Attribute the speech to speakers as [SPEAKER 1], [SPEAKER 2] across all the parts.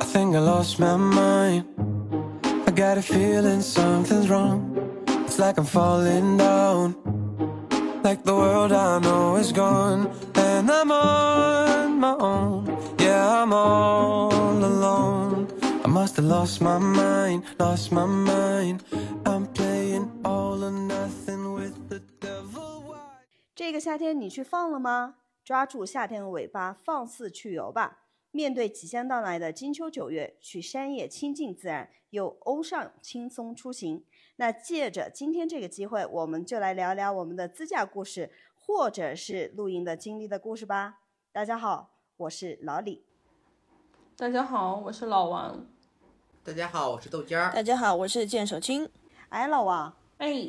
[SPEAKER 1] think I lost my mind. I got a feeling something's wrong. It's like I'm falling down. Like the world I know is gone. And I'm on my own. Yeah, I'm all alone. I must have lost my mind, lost my mind. I'm playing all or nothing with the devil. Why?
[SPEAKER 2] 这个夏天你去放了吗？抓住夏天的尾巴，放肆去游吧！面对即将到来的金秋九月，去山野亲近自然，又欧尚轻松出行。那借着今天这个机会，我们就来聊聊我们的自驾故事，或者是露营的经历的故事吧。大家好，我是老李。
[SPEAKER 3] 大家好，我是老王。
[SPEAKER 4] 大家好，我是豆尖儿。
[SPEAKER 5] 大家好，我是剑手青。
[SPEAKER 2] 哎，老王，
[SPEAKER 3] 哎，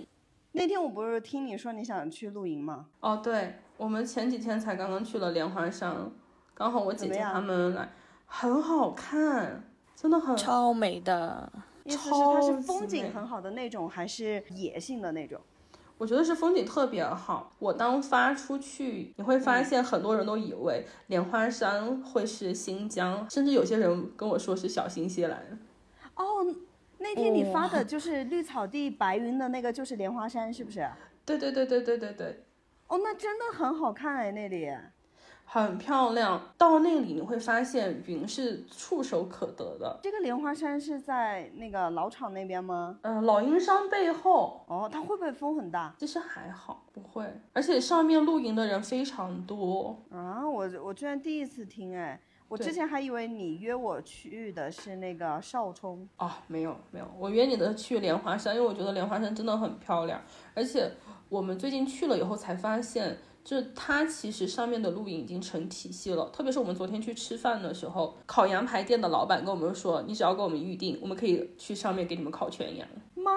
[SPEAKER 2] 那天我不是听你说你想去露营吗？
[SPEAKER 3] 哦，对，我们前几天才刚刚去了莲花山，刚好我姐
[SPEAKER 2] 怎么
[SPEAKER 3] 姐
[SPEAKER 2] 样
[SPEAKER 3] 她们来，很好看，真的很。
[SPEAKER 5] 超美的，
[SPEAKER 2] 意思是它是
[SPEAKER 3] 超
[SPEAKER 2] 风
[SPEAKER 3] 级美
[SPEAKER 2] 景很好的那种，还是野性的那种？
[SPEAKER 3] 我觉得是风景特别好。我当发出去，你会发
[SPEAKER 2] 嗯
[SPEAKER 3] 现很多人都以为莲花山会是新疆，甚至有些人跟我说是小新西兰。
[SPEAKER 2] 哦，那天你发的就是绿草地白云的那个，就是莲花山，是不是？
[SPEAKER 3] 对对对对对对对，
[SPEAKER 2] 哦，那真的很好看哎，那里。
[SPEAKER 3] 很漂亮。到那里你会发现云是触手可得的。
[SPEAKER 2] 这个莲花山是在那个老厂那边吗？
[SPEAKER 3] 呃，老鹰山背后
[SPEAKER 2] 哦，它会不会风很大
[SPEAKER 3] 其实还好，不会。而且上面露营的人非常多，
[SPEAKER 2] 啊？我我居然第一次听哎，我
[SPEAKER 3] 对
[SPEAKER 2] 之前还以为你约我去的是那个少冲。
[SPEAKER 3] 哦，没有没有，我约你的去莲花山，因为我觉得莲花山真的很漂亮，而且我们最近去了以后才发现，就是它其实上面的露营已经成体系了。特别是我们昨天去吃饭的时候，烤羊排店的老板跟我们说，你只要给我们预定，我们可以去上面给你们烤全羊。
[SPEAKER 2] 妈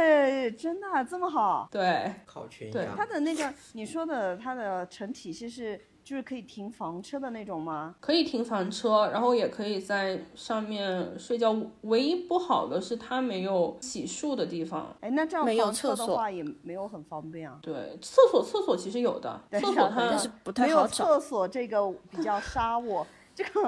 [SPEAKER 2] 耶，真的啊、这么好？
[SPEAKER 3] 对，
[SPEAKER 4] 烤全
[SPEAKER 3] 对
[SPEAKER 4] 羊
[SPEAKER 2] 它，的那个你说的它的成体系是就是可以停房车的那种吗？
[SPEAKER 3] 可以停房车，然后也可以在上面睡觉。唯一不好的是它没有洗漱的地方。
[SPEAKER 2] 哎，那这样
[SPEAKER 5] 没有
[SPEAKER 2] 房车
[SPEAKER 5] 厕
[SPEAKER 2] 的
[SPEAKER 5] 所
[SPEAKER 2] 话也没有很方便啊。
[SPEAKER 3] 对，厕所厕所其实有的，
[SPEAKER 2] 对
[SPEAKER 3] 厕所
[SPEAKER 2] 是啊
[SPEAKER 3] 它
[SPEAKER 5] 但是不
[SPEAKER 2] 没
[SPEAKER 5] 太
[SPEAKER 2] 有
[SPEAKER 5] 好找。
[SPEAKER 2] 厕所这个比较杀我，这个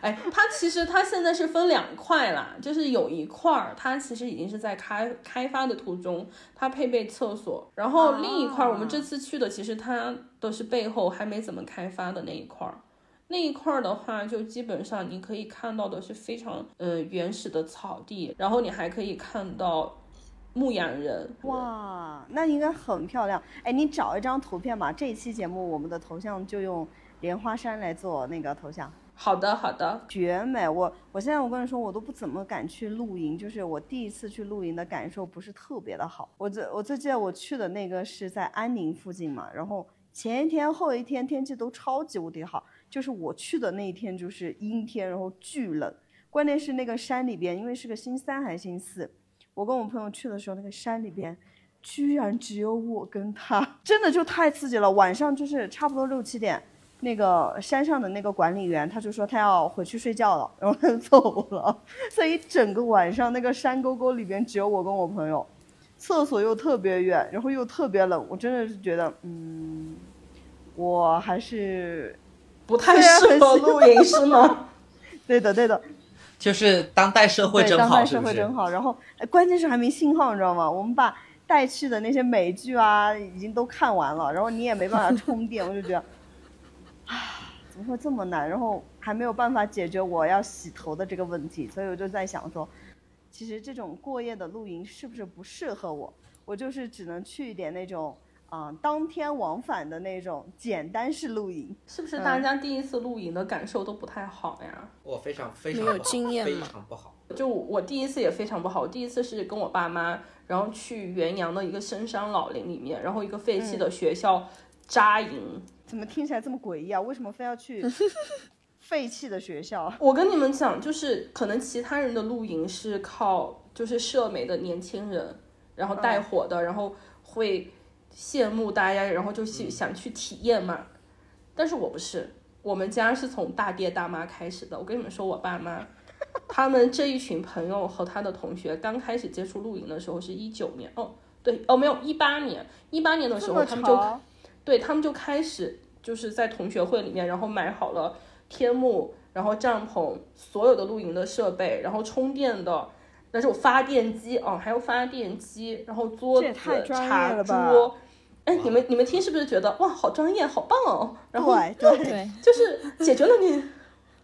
[SPEAKER 3] 哎，它其实它现在是分两块啦，就是有一块儿它其实已经是在开开发的途中，它配备厕所，然后另一块儿我
[SPEAKER 2] 哦
[SPEAKER 3] 们这次去的其实它都是背后还没怎么开发的那一块儿。那一块儿的话，就基本上你可以看到的是非常呃原始的草地，然后你还可以看到牧羊人。
[SPEAKER 2] 哇，那应该很漂亮。哎，你找一张图片吧，这一期节目我们的头像就用莲花山来做那个头像，
[SPEAKER 3] 好的，好的，
[SPEAKER 2] 绝美。我我现在我跟你说，我都不怎么敢去露营，就是我第一次去露营的感受不是特别的好。我最我最记得我去的那个是在安宁附近嘛，然后前一天后一天天气都超级无敌好，就是我去的那一天就是阴天，然后巨冷。关键是那个山里边，因为是个星三还是星四，我跟我朋友去的时候，那个山里边居然只有我跟他，真的就太刺激了。晚上就是差不多六七点，那个山上的那个管理员他就说他要回去睡觉了，然后他就走了。 所以整个晚上那个山沟沟里边只有我跟我朋友，厕所又特别远，然后又特别冷，我真的是觉得，嗯，我还是
[SPEAKER 3] 不太
[SPEAKER 2] 虽然
[SPEAKER 3] 适
[SPEAKER 2] 很
[SPEAKER 3] 合
[SPEAKER 2] 喜
[SPEAKER 3] 露营是吗？
[SPEAKER 2] 对的对的。
[SPEAKER 4] 就是当代社会
[SPEAKER 2] 对，
[SPEAKER 4] 真
[SPEAKER 2] 当代
[SPEAKER 4] 好，是
[SPEAKER 2] 社
[SPEAKER 4] 不
[SPEAKER 2] 会
[SPEAKER 4] 是
[SPEAKER 2] 真？好。然后，哎关键是还没信号，你知道吗？我们把带去的那些美剧啊，已经都看完了，然后你也没办法充电，我就觉得，啊，怎么会这么难？然后还没有办法解决我要洗头的这个问题，所以我就在想说，其实这种过夜的露营是不是不适合我？我就是只能去一点那种。啊、当天往返的那种简单式露营，
[SPEAKER 3] 是不是大家第一次露营的感受都不太好呀？
[SPEAKER 4] 我非常非
[SPEAKER 5] 没
[SPEAKER 4] 常
[SPEAKER 5] 有
[SPEAKER 4] 不好
[SPEAKER 5] 经验
[SPEAKER 4] 非
[SPEAKER 5] 嘛
[SPEAKER 4] 常不好。
[SPEAKER 3] 就我第一次也非常不好，我第一次是跟我爸妈，然后去元阳的一个深山老林里面，然后一个废弃的学校扎营。
[SPEAKER 2] 怎么听起来这么诡异啊？为什么非要去 废弃的学校？
[SPEAKER 3] 我跟你们讲，就是可能其他人的露营是靠就是社媒的年轻人，然后带火的，然后会羡慕大家，然后就去想去体验嘛。但是我不是，我们家是从大爹大妈开始的。我跟你们说，我 爸妈。他们这一群朋友和他的同学刚开始接触露营的时候是一九年，哦，对，哦，没有，一八年，一八年的时
[SPEAKER 2] 这
[SPEAKER 3] 候
[SPEAKER 2] 么
[SPEAKER 3] 他们就
[SPEAKER 2] 潮
[SPEAKER 3] 对他们就开始就是在同学会里面，然后买好了天幕，然后帐篷，所有的露营的设备，然后充电的。那种发电机啊、还有发电机，然后桌
[SPEAKER 2] 这也
[SPEAKER 3] 子
[SPEAKER 2] 太、专业
[SPEAKER 3] 茶
[SPEAKER 2] 了吧
[SPEAKER 3] 桌，哎，你们你们听是不是觉得哇，好专业，好棒哦？然后
[SPEAKER 2] 对对
[SPEAKER 5] 对，
[SPEAKER 3] 就是解决了你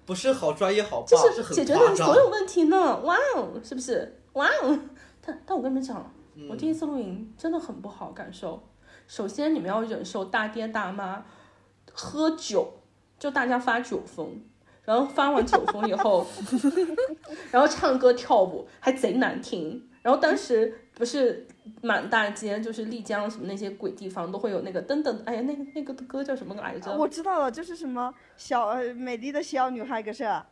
[SPEAKER 4] 不是好专业好棒，
[SPEAKER 3] 就是是
[SPEAKER 4] 很
[SPEAKER 3] 解决
[SPEAKER 4] 夸
[SPEAKER 3] 了你
[SPEAKER 4] 张
[SPEAKER 3] 所有问题呢，哇哦，是不是？哇哦！但但我跟你们讲，
[SPEAKER 4] 嗯
[SPEAKER 3] 我第一次露营真的很不好感受。首先，你们要忍受大爹大妈喝酒，就大家发酒疯，然后发完酒疯以 后，然后唱歌跳舞还贼难听。然后当时不是满大街就是丽江什么那些鬼地方都会有那个噔噔，哎呀，那个那个歌叫什么来着？
[SPEAKER 2] 我知道了，就是什么小呃美丽的小女孩，可是
[SPEAKER 3] 啊，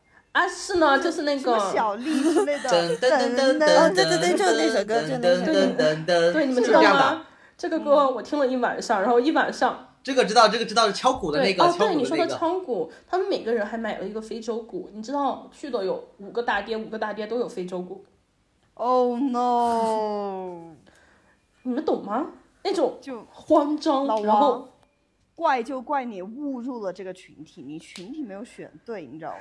[SPEAKER 3] 是呢，就是那
[SPEAKER 2] 什么
[SPEAKER 3] 个
[SPEAKER 2] 小丽之类的，
[SPEAKER 4] 噔噔噔噔
[SPEAKER 5] 哦
[SPEAKER 4] 噔，
[SPEAKER 5] 对对对就是那首歌就是那首歌
[SPEAKER 4] 噔噔噔，
[SPEAKER 3] 对，你们
[SPEAKER 4] 是
[SPEAKER 3] 知
[SPEAKER 4] 这
[SPEAKER 3] 道
[SPEAKER 4] 样的，
[SPEAKER 3] 吗？这个歌
[SPEAKER 2] 嗯
[SPEAKER 3] 我听了一晚上，然后一晚上，
[SPEAKER 4] 这个知道，这个知道是敲鼓的那
[SPEAKER 3] 对，
[SPEAKER 4] 个，
[SPEAKER 3] 哦，
[SPEAKER 4] 敲
[SPEAKER 3] 对，你
[SPEAKER 4] 鼓
[SPEAKER 3] 说
[SPEAKER 4] 那
[SPEAKER 3] 的
[SPEAKER 4] 个，
[SPEAKER 3] 敲鼓，他们每个人还买了一个非洲鼓，你知道去的有五个大爹，五个大爹都有非洲鼓，
[SPEAKER 2] Oh no！
[SPEAKER 3] 你们懂吗？那种
[SPEAKER 2] 就
[SPEAKER 3] 慌张
[SPEAKER 2] 老，
[SPEAKER 3] 然后
[SPEAKER 2] 王怪就怪你误入了这个群体，你群体没有选对，你知道吗？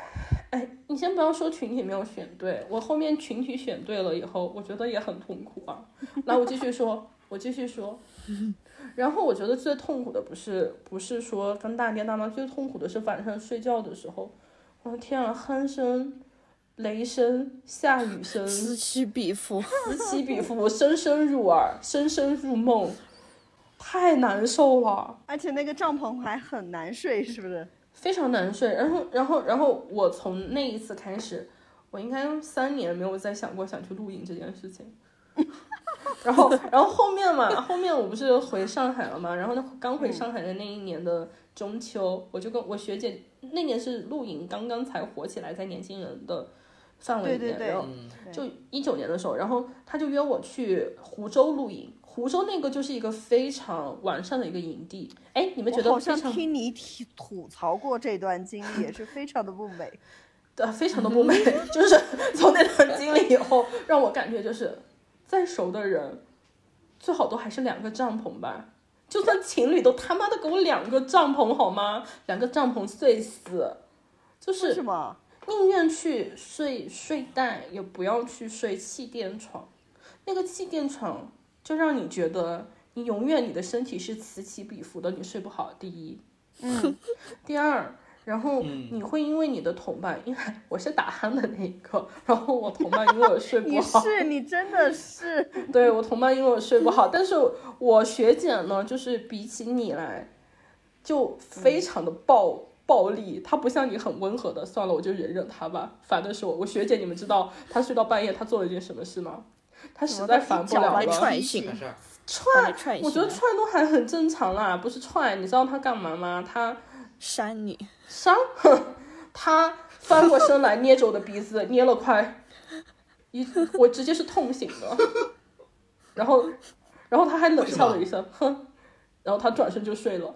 [SPEAKER 3] 哎，你先不要说群体没有选对，我后面群体选对了以后，我觉得也很痛苦啊。 来，我继续说，我继续说。 然后我觉得最痛苦的不是不是说跟大爹大妈，最痛苦的是晚上睡觉的时候，我的天啊，鼾声、雷声、下雨声，
[SPEAKER 5] 此起彼伏，
[SPEAKER 3] 此起彼伏，声声入耳，声声入梦，太难受了。
[SPEAKER 2] 而且那个帐篷还很难睡，是不是？
[SPEAKER 3] 非常难睡。然后，然后，然后我从那一次开始，我应该三年没有再想过想去露营这件事情。 然后，然后后面嘛，后面我不是回上海了嘛，然后呢，刚回上海的那一年的中秋，我就跟我学姐，那年是露营刚刚才火起来，在年轻人的范围里
[SPEAKER 2] 对对
[SPEAKER 3] 面，
[SPEAKER 2] 对
[SPEAKER 3] 然后
[SPEAKER 4] 嗯，
[SPEAKER 3] 就一九年的时候，然后他就约我去湖州露营。湖州那个就是一个非常完善的一个营地，哎，你们觉
[SPEAKER 2] 我
[SPEAKER 3] 得
[SPEAKER 2] 好
[SPEAKER 3] 非
[SPEAKER 2] 像
[SPEAKER 3] 常
[SPEAKER 2] 听你吐吐槽过这段经历，也是非常的不美。
[SPEAKER 3] 对，非常的
[SPEAKER 2] 嗯
[SPEAKER 3] 不美， 就是从那段经历以后，让我感觉就是，再熟的人，最好都还是两个帐篷吧。就算情侣都他妈的给我两个帐篷好吗？两个帐篷碎死，就
[SPEAKER 2] 为什
[SPEAKER 3] 是
[SPEAKER 2] 么？
[SPEAKER 3] 宁愿去睡睡袋，也不要去睡气垫床。那个气垫床就让你觉得你永远你的身体是此起彼伏的，你睡不好。第 一，
[SPEAKER 2] 嗯，
[SPEAKER 3] 第二，然后
[SPEAKER 4] 嗯
[SPEAKER 3] 你会因为你的同伴，因为我是打鼾的那一个，然后我同伴因为我睡不
[SPEAKER 2] 你
[SPEAKER 3] 好，
[SPEAKER 2] 是你真的是
[SPEAKER 3] 对我同伴因为我睡不好，但是我学姐呢，就是比起你来，就非常的暴。暴力，她不像你很温和的，算了，我就忍忍她吧。烦的是我，我学姐，你们知道她睡到半夜她做了一件什么事吗？她实在烦不
[SPEAKER 2] 脚
[SPEAKER 3] 了
[SPEAKER 2] 把你
[SPEAKER 3] 了，
[SPEAKER 5] 踹
[SPEAKER 4] 什
[SPEAKER 5] 醒
[SPEAKER 4] 么，事
[SPEAKER 3] 嗯
[SPEAKER 4] 儿？
[SPEAKER 5] 把你踹
[SPEAKER 3] 我觉得
[SPEAKER 5] 醒，
[SPEAKER 3] 踹都还很正常啦，不是踹，你知道她干嘛吗？她
[SPEAKER 5] 扇你，
[SPEAKER 3] 伤，他翻过身来捏着我的鼻子，捏了快一，我直接是痛醒的。然后，然后他还冷笑了一声，哼，然后他转身就睡了。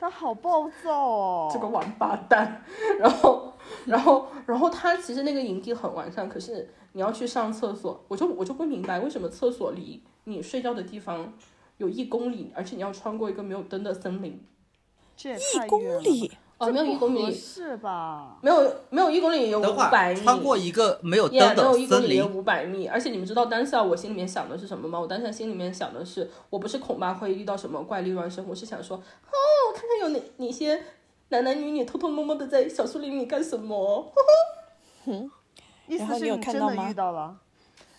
[SPEAKER 2] 他好暴躁哦。
[SPEAKER 3] 这个王八蛋。然后，然后，然后他其实那个营地很完善，可是你要去上厕所，我就我就不明白为什么厕所离你睡觉的地方有一公里，而且你要穿过一个没有灯的森林。
[SPEAKER 2] 这也
[SPEAKER 5] 一
[SPEAKER 2] 太远
[SPEAKER 5] 公
[SPEAKER 2] 了
[SPEAKER 5] 里，
[SPEAKER 3] 哦，没有一公里，
[SPEAKER 2] 是吧？
[SPEAKER 3] 没有没有一公里有
[SPEAKER 4] 等
[SPEAKER 3] 五
[SPEAKER 4] 会
[SPEAKER 3] 百
[SPEAKER 4] 儿
[SPEAKER 3] 米。
[SPEAKER 4] 穿过一个没有
[SPEAKER 3] 也
[SPEAKER 4] 灯
[SPEAKER 3] 没有
[SPEAKER 4] 的
[SPEAKER 3] 一公
[SPEAKER 4] 森
[SPEAKER 3] 里
[SPEAKER 4] 林，
[SPEAKER 3] 五百米，而且你们知道当下我心里面想的是什么吗？我当下心里面想的是，我不是恐怕会遇到什么怪力乱神，我是想说，哦，看看有哪哪些男男女女偷偷摸摸的在小树林里干什么？
[SPEAKER 2] 意
[SPEAKER 5] 然
[SPEAKER 2] 思
[SPEAKER 5] 后
[SPEAKER 2] 是
[SPEAKER 5] 你有
[SPEAKER 2] 你
[SPEAKER 5] 看
[SPEAKER 2] 真
[SPEAKER 5] 到
[SPEAKER 2] 的
[SPEAKER 5] 吗
[SPEAKER 2] 遇到了？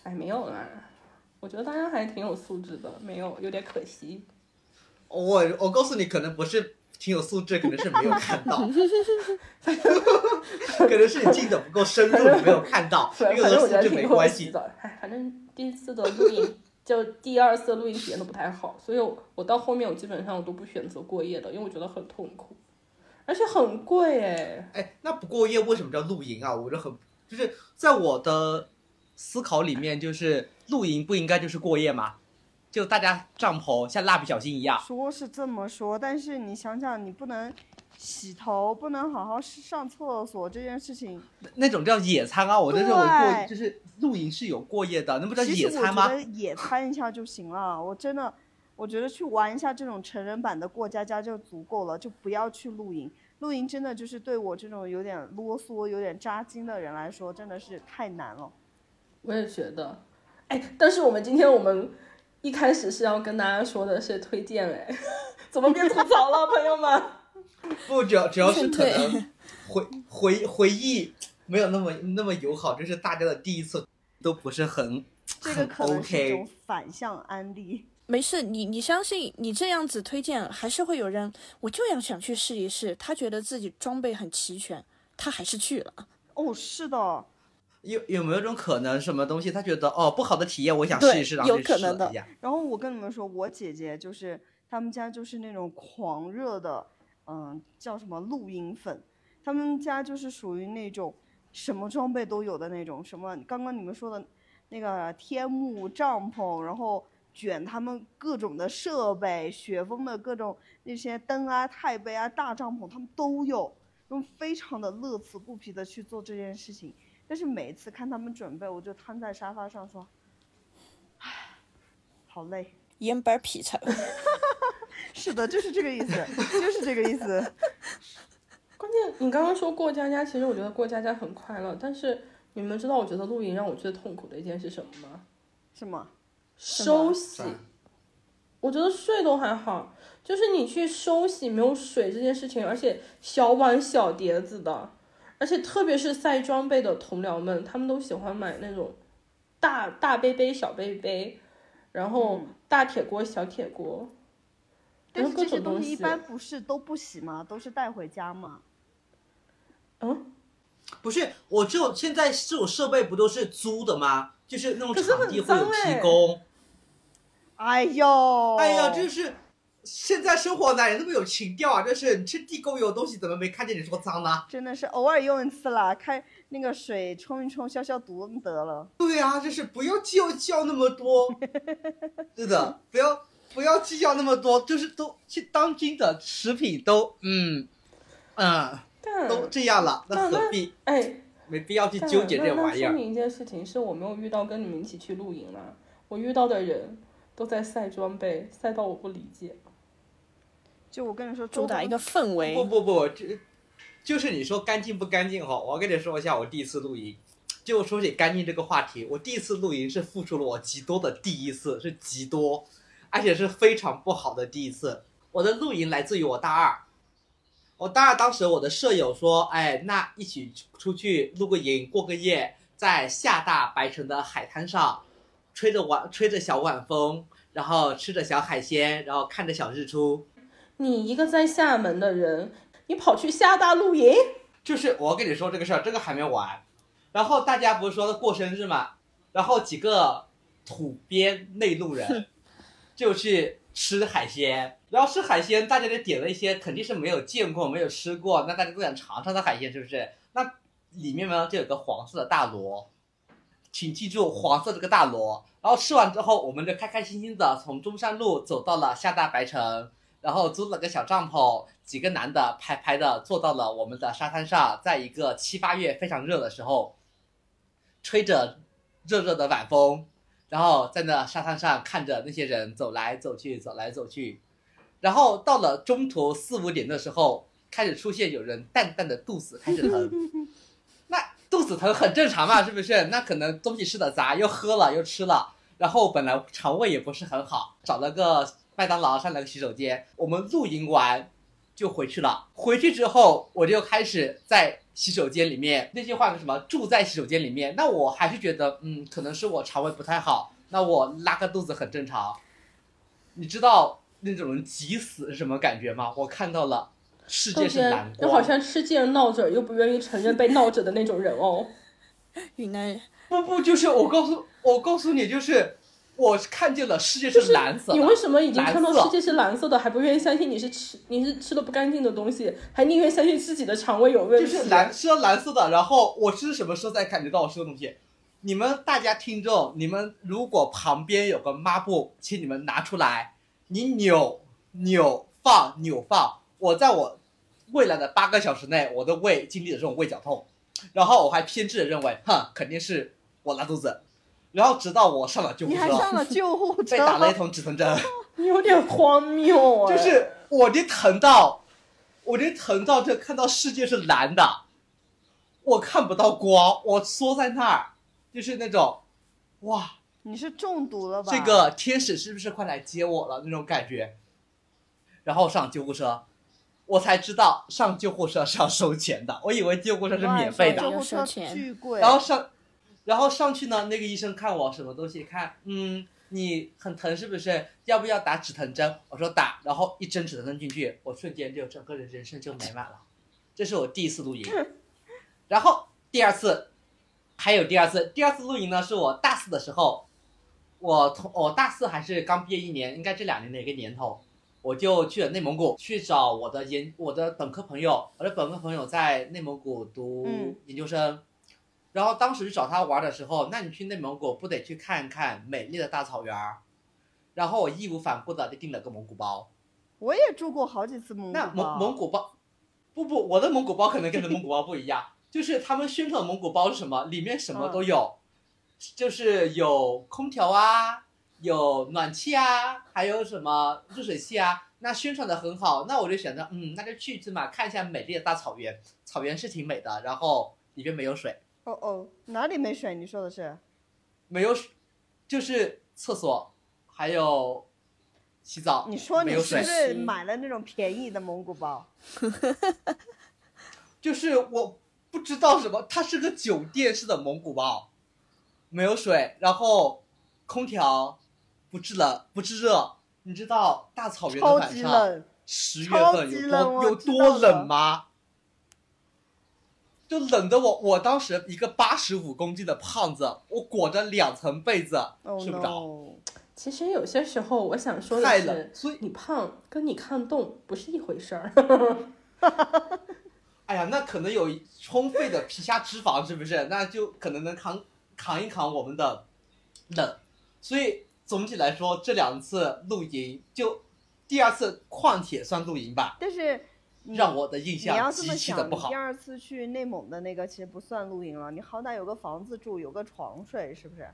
[SPEAKER 3] 哎，没有啦，我觉得大家还挺有素质的，没有，有点可惜。
[SPEAKER 4] 我我告诉你，可能不是挺有素质，可能是没有看 到，可能是你进的不够深入，你没有看到，
[SPEAKER 3] 反
[SPEAKER 4] 这
[SPEAKER 3] 反正
[SPEAKER 4] 个
[SPEAKER 3] 我觉
[SPEAKER 4] 和素
[SPEAKER 3] 得
[SPEAKER 4] 质
[SPEAKER 3] 挺
[SPEAKER 4] 没
[SPEAKER 3] 可
[SPEAKER 4] 关
[SPEAKER 3] 惜
[SPEAKER 4] 系。
[SPEAKER 3] 的。哎，反正第一次的录音就第二次录音体验都不太好，所以我我到后面我基本上我都不选择过夜的，因为我觉得很痛苦，而且很贵哎。
[SPEAKER 4] 哎，那不过夜为什么叫露营啊？我就很就是在我的思考里面，就是露营不应该就是过夜吗？就大家帐篷像蜡笔小新一样，
[SPEAKER 2] 说是这么说，但是你想想，你不能洗头，不能好好上厕所这件事情，
[SPEAKER 4] 那种叫野餐啊！我这种过
[SPEAKER 2] 对
[SPEAKER 4] 就是露营是有过夜的，那不叫
[SPEAKER 2] 其
[SPEAKER 4] 野
[SPEAKER 2] 实我
[SPEAKER 4] 餐
[SPEAKER 2] 觉
[SPEAKER 4] 吗？
[SPEAKER 2] 得野餐一下就行了。我真的，我觉得去玩一下这种成人版的过家家就足够了，就不要去露营。露营真的就是对我这种有点啰嗦、有点扎筋的人来说，真的是太难了。
[SPEAKER 3] 我也觉得，哎，但是我们今天我们一开始是要跟大家说的是推荐，哎， 怎么变吐槽了，朋友们？
[SPEAKER 4] 不，只要只要是可
[SPEAKER 5] 对
[SPEAKER 4] 能回回回忆没有那么那么友好，就是大家的第一次都不是很
[SPEAKER 2] 这个
[SPEAKER 4] 很
[SPEAKER 2] 可能是一
[SPEAKER 4] OK
[SPEAKER 2] 种。反向安利。
[SPEAKER 5] 没事，你你相信你这样子推荐，还是会有人，我就要想去试一试。他觉得自己装备很齐全，他还是去了。
[SPEAKER 2] 哦，是的，
[SPEAKER 4] 有有没有一种可能，什么东西他觉得哦不好的体验，我想
[SPEAKER 5] 对
[SPEAKER 4] 试一试，然
[SPEAKER 5] 有
[SPEAKER 4] 后就
[SPEAKER 5] 可
[SPEAKER 4] 试
[SPEAKER 5] 能
[SPEAKER 4] 了
[SPEAKER 5] 的
[SPEAKER 4] 一下。
[SPEAKER 2] 然后我跟你们说，我姐姐就是他们家就是那种狂热的，嗯，叫什么露营粉，他们家就是属于那种什么装备都有的那种，什么刚刚你们说的那个天幕、帐篷，然后卷他们各种的设备，雪峰的各种那些灯啊、钛杯啊、大帐篷，他们都有，他们非常的乐此不疲的去做这件事情。但是每次看他们准备，我就瘫在沙发上说：“唉，好累。”
[SPEAKER 5] 盐白劈柴，
[SPEAKER 2] 是的，就是这个意思，就是这个意思。
[SPEAKER 3] 关键你刚刚说过家家，其实我觉得过家家很快乐，但是你们知道，我觉得露营让我最痛苦的一件是什么吗？
[SPEAKER 2] 什么？
[SPEAKER 3] 休息
[SPEAKER 4] 啥。
[SPEAKER 3] 我觉得睡都还好，就是你去休息没有水这件事情，而且小碗小碟子的，而且特别是晒装备的同僚们，他们都喜欢买那种大大杯杯、小杯杯，然后大铁锅、小铁锅，
[SPEAKER 2] 但
[SPEAKER 3] 然
[SPEAKER 2] 是
[SPEAKER 3] 后
[SPEAKER 2] 这
[SPEAKER 3] 各
[SPEAKER 2] 些
[SPEAKER 3] 种
[SPEAKER 2] 东
[SPEAKER 3] 东
[SPEAKER 2] 西
[SPEAKER 3] 西
[SPEAKER 2] 一般不是都不洗吗？都是带回家吗？
[SPEAKER 3] 嗯
[SPEAKER 4] 不是，我只有现在这种设备不都是租的吗？就是那种
[SPEAKER 3] 可是
[SPEAKER 4] 场
[SPEAKER 3] 很
[SPEAKER 4] 地会有
[SPEAKER 3] 脏哎
[SPEAKER 4] 提供。
[SPEAKER 2] 哎呦，
[SPEAKER 4] 哎呀，真是现在生活哪有那么有情调啊？就是你吃地沟油的东西，怎么没看见你说脏呢？
[SPEAKER 2] 真的是偶尔用一次啦，开那个水冲一冲消消毒得了。
[SPEAKER 4] 对啊，就是不要计较计较那 么多，对的，不要不要计较那么多，就是都去当今的食品都嗯嗯
[SPEAKER 3] 但
[SPEAKER 4] 都这样了，
[SPEAKER 3] 那
[SPEAKER 4] 那何必
[SPEAKER 3] 哎，
[SPEAKER 4] 没必要去
[SPEAKER 3] 但
[SPEAKER 4] 纠结这玩
[SPEAKER 3] 那
[SPEAKER 4] 意
[SPEAKER 3] 那说？
[SPEAKER 4] 儿
[SPEAKER 3] 明一件事情，是我没有遇到跟你们一起去露营啦，我遇到的人都在晒装备，晒到我不理解。
[SPEAKER 2] 就我跟你说，
[SPEAKER 5] 主打一个氛 围
[SPEAKER 4] 不。不不，这就是你说干净不干净哈。我跟你说一下，我第一次露营，就说起干净这个话题，我第一次露营是付出了我极多的第一次，是极多，而且是非常不好的第一次。我的露营来自于我大二，我大二当时我的舍友说，哎，那一起出去露个营，过个夜，在厦大白城的海滩上，吹着晚吹着小晚风，然后吃着小海鲜，然后看着小日出。
[SPEAKER 3] 你一个在厦门的人，你跑去厦大露营？
[SPEAKER 4] 就是我跟你说这个事儿，这个还没完。然后大家不是说过生日嘛，然后几个土鳖内陆人就去吃海鲜，然后吃海鲜，大家就点了一些肯定是没有见过、没有吃过，那大家都想尝尝的海鲜，是不是？那里面呢就有个黄色的大螺，请记住黄色这个大螺。然后吃完之后，我们就开开心心的从中山路走到了厦大白城。然后租了个小帐篷，几个男的排排的坐到了我们的沙滩上，在一个七八月非常热的时候，吹着热热的晚风，然后在那沙滩上看着那些人走来走去，走来走去，然后到了中途四五点的时候，开始出现有人淡淡的肚子开始疼，那肚子疼很正常嘛，是不是？那可能东西吃的杂，又喝了又吃了，然后本来肠胃也不是很好，找了个麦当劳上了个洗手间，我们露营完就回去了。回去之后，我就开始在洗手间里面，那句话是什么？住在洗手间里面。那我还是觉得，嗯，可能是我肠胃不太好，那我拉个肚子很正常。你知道那种急死是什么感觉吗？我看到了，世界
[SPEAKER 3] 中
[SPEAKER 4] 是
[SPEAKER 3] 间
[SPEAKER 4] 蓝
[SPEAKER 3] 又好
[SPEAKER 4] 光。
[SPEAKER 3] 像吃尽了闹着，又不愿意承认被闹着的那种人 哦。
[SPEAKER 5] 云南人
[SPEAKER 4] 不不，就是我告诉我告诉你，就是我看见了世界是蓝色的。
[SPEAKER 3] 你为什么已经看到
[SPEAKER 4] 蓝色
[SPEAKER 3] 世界是蓝色的，还不愿意相信你是吃你是吃了不干净的东西，还宁愿相信自己的肠胃有问
[SPEAKER 4] 就
[SPEAKER 3] 题？
[SPEAKER 4] 是蓝吃了蓝色的，然后我吃什么时候才感觉到我吃的东西？你们大家听众，你们如果旁边有个抹布，请你们拿出来，你扭扭放扭放。我在我未来的八个小时内，我的胃经历了这种胃绞痛，然后我还偏执的认为，哼，肯定是我拉肚子，然后直到我上了救护
[SPEAKER 2] 你还
[SPEAKER 4] 车，
[SPEAKER 2] 上了救护车
[SPEAKER 4] 被，打了一通止疼针。
[SPEAKER 3] 你有点荒谬哎。
[SPEAKER 4] 就是我的疼到，我连藤到这看到世界是蓝的，我看不到光，我缩在那儿，就是那种，哇，
[SPEAKER 2] 你是中毒了吧？
[SPEAKER 4] 这个天使是不是快来接我了那种感觉。然后上救护车，我才知道上救护车是要收钱的，我以为救护车是
[SPEAKER 2] 哇
[SPEAKER 4] 免费的。
[SPEAKER 2] 救护
[SPEAKER 5] 要
[SPEAKER 2] 车
[SPEAKER 5] 收钱
[SPEAKER 2] 巨贵，
[SPEAKER 4] 然后上，然后上去呢，那个医生看我什么东西，看，嗯，你很疼是不是？要不要打止疼针？我说打，然后一针止疼针进去，我瞬间就整个人人生就美满了。这是我第一次露营，然后第二次，还有第二次，第二次露营呢是我大四的时候，我同我大四还是刚毕业一年，应该这两年的一个年头。我就去了内蒙古，去找我的研我的本科朋友，我的本科朋友在内蒙古读
[SPEAKER 2] 嗯
[SPEAKER 4] 研究生，然后当时去找他玩的时候，那你去内蒙古不得去看看美丽的大草原儿？然后我义无反顾的就订了个蒙古包。
[SPEAKER 2] 我也住过好几次蒙古
[SPEAKER 4] 那
[SPEAKER 2] 包
[SPEAKER 4] 蒙蒙古包，不不，我的蒙古包可能跟你的蒙古包不一样，就是他们宣传的蒙古包是什么，里面什么都有，就是有空调啊，有暖气啊，还有什么热水器啊。那宣传的很好，那我就选择，嗯，那就去一次嘛，看一下美丽的大草原，草原是挺美的，然后里边没有水。
[SPEAKER 2] 哦哦，哪里没水？你说的是？
[SPEAKER 4] 没有水，就是厕所，还有洗澡。
[SPEAKER 2] 你说
[SPEAKER 4] 哦没
[SPEAKER 2] 你
[SPEAKER 4] 有
[SPEAKER 2] 是
[SPEAKER 4] 水
[SPEAKER 2] 不，是买了那种便宜的蒙古包？
[SPEAKER 4] 就是我不知道什么，它是个酒店式的蒙古包，没有水，然后空调不制冷不制热。你知道大草原的
[SPEAKER 2] 超
[SPEAKER 4] 晚
[SPEAKER 2] 级
[SPEAKER 4] 上，
[SPEAKER 2] 冷，
[SPEAKER 4] 十月
[SPEAKER 2] 超
[SPEAKER 4] 份
[SPEAKER 2] 级
[SPEAKER 4] 有
[SPEAKER 2] 冷
[SPEAKER 4] 多
[SPEAKER 2] 我
[SPEAKER 4] 有
[SPEAKER 2] 知
[SPEAKER 4] 多
[SPEAKER 2] 道的
[SPEAKER 4] 冷吗？就冷的我，我当时一个八十五公斤的胖子，我裹着两层被子
[SPEAKER 2] 哦
[SPEAKER 4] 睡不着。
[SPEAKER 2] no！
[SPEAKER 3] 其实有些时候，我想说
[SPEAKER 4] 太
[SPEAKER 3] 的
[SPEAKER 4] 冷
[SPEAKER 3] 是，
[SPEAKER 4] 所以
[SPEAKER 3] 你胖跟你抗冻不是一回事儿。
[SPEAKER 4] 哎呀，那可能有充沛的皮下脂肪，是不是？那就可能能扛扛一扛我们的冷。所以总体来说，这两次露营，就第二次况且算露营吧，
[SPEAKER 2] 但是你
[SPEAKER 4] 让我的印
[SPEAKER 2] 你要
[SPEAKER 4] 象
[SPEAKER 2] 这
[SPEAKER 4] 极
[SPEAKER 2] 么
[SPEAKER 4] 其的
[SPEAKER 2] 想，
[SPEAKER 4] 不
[SPEAKER 2] 你
[SPEAKER 4] 好
[SPEAKER 2] 第。二次去内蒙的那个其实不算露营了，你好歹有个房子住，有个床睡，是不是？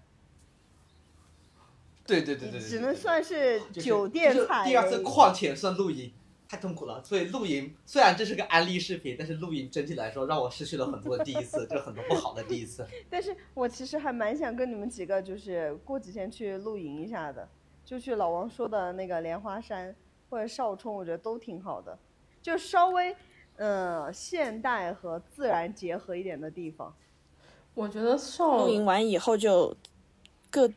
[SPEAKER 4] 对对对
[SPEAKER 2] 你
[SPEAKER 4] 对对，
[SPEAKER 2] 只
[SPEAKER 4] 对
[SPEAKER 2] 能
[SPEAKER 4] 对
[SPEAKER 2] 算是
[SPEAKER 4] 就是
[SPEAKER 2] 酒店
[SPEAKER 4] 就是
[SPEAKER 2] 菜而已。
[SPEAKER 4] 第二次况且算露营，太痛苦了。所以露营虽然这是个安利视频，但是露营整体来说让我失去了很多的第一次，就很多不好的第一次。
[SPEAKER 2] 但是我其实还蛮想跟你们几个，就是过几天去露营一下的，就去老王说的那个莲花山或者少冲，我觉得都挺好的，就稍微呃现代和自然结合一点的地方。
[SPEAKER 3] 我觉得少
[SPEAKER 5] 露营完以后就各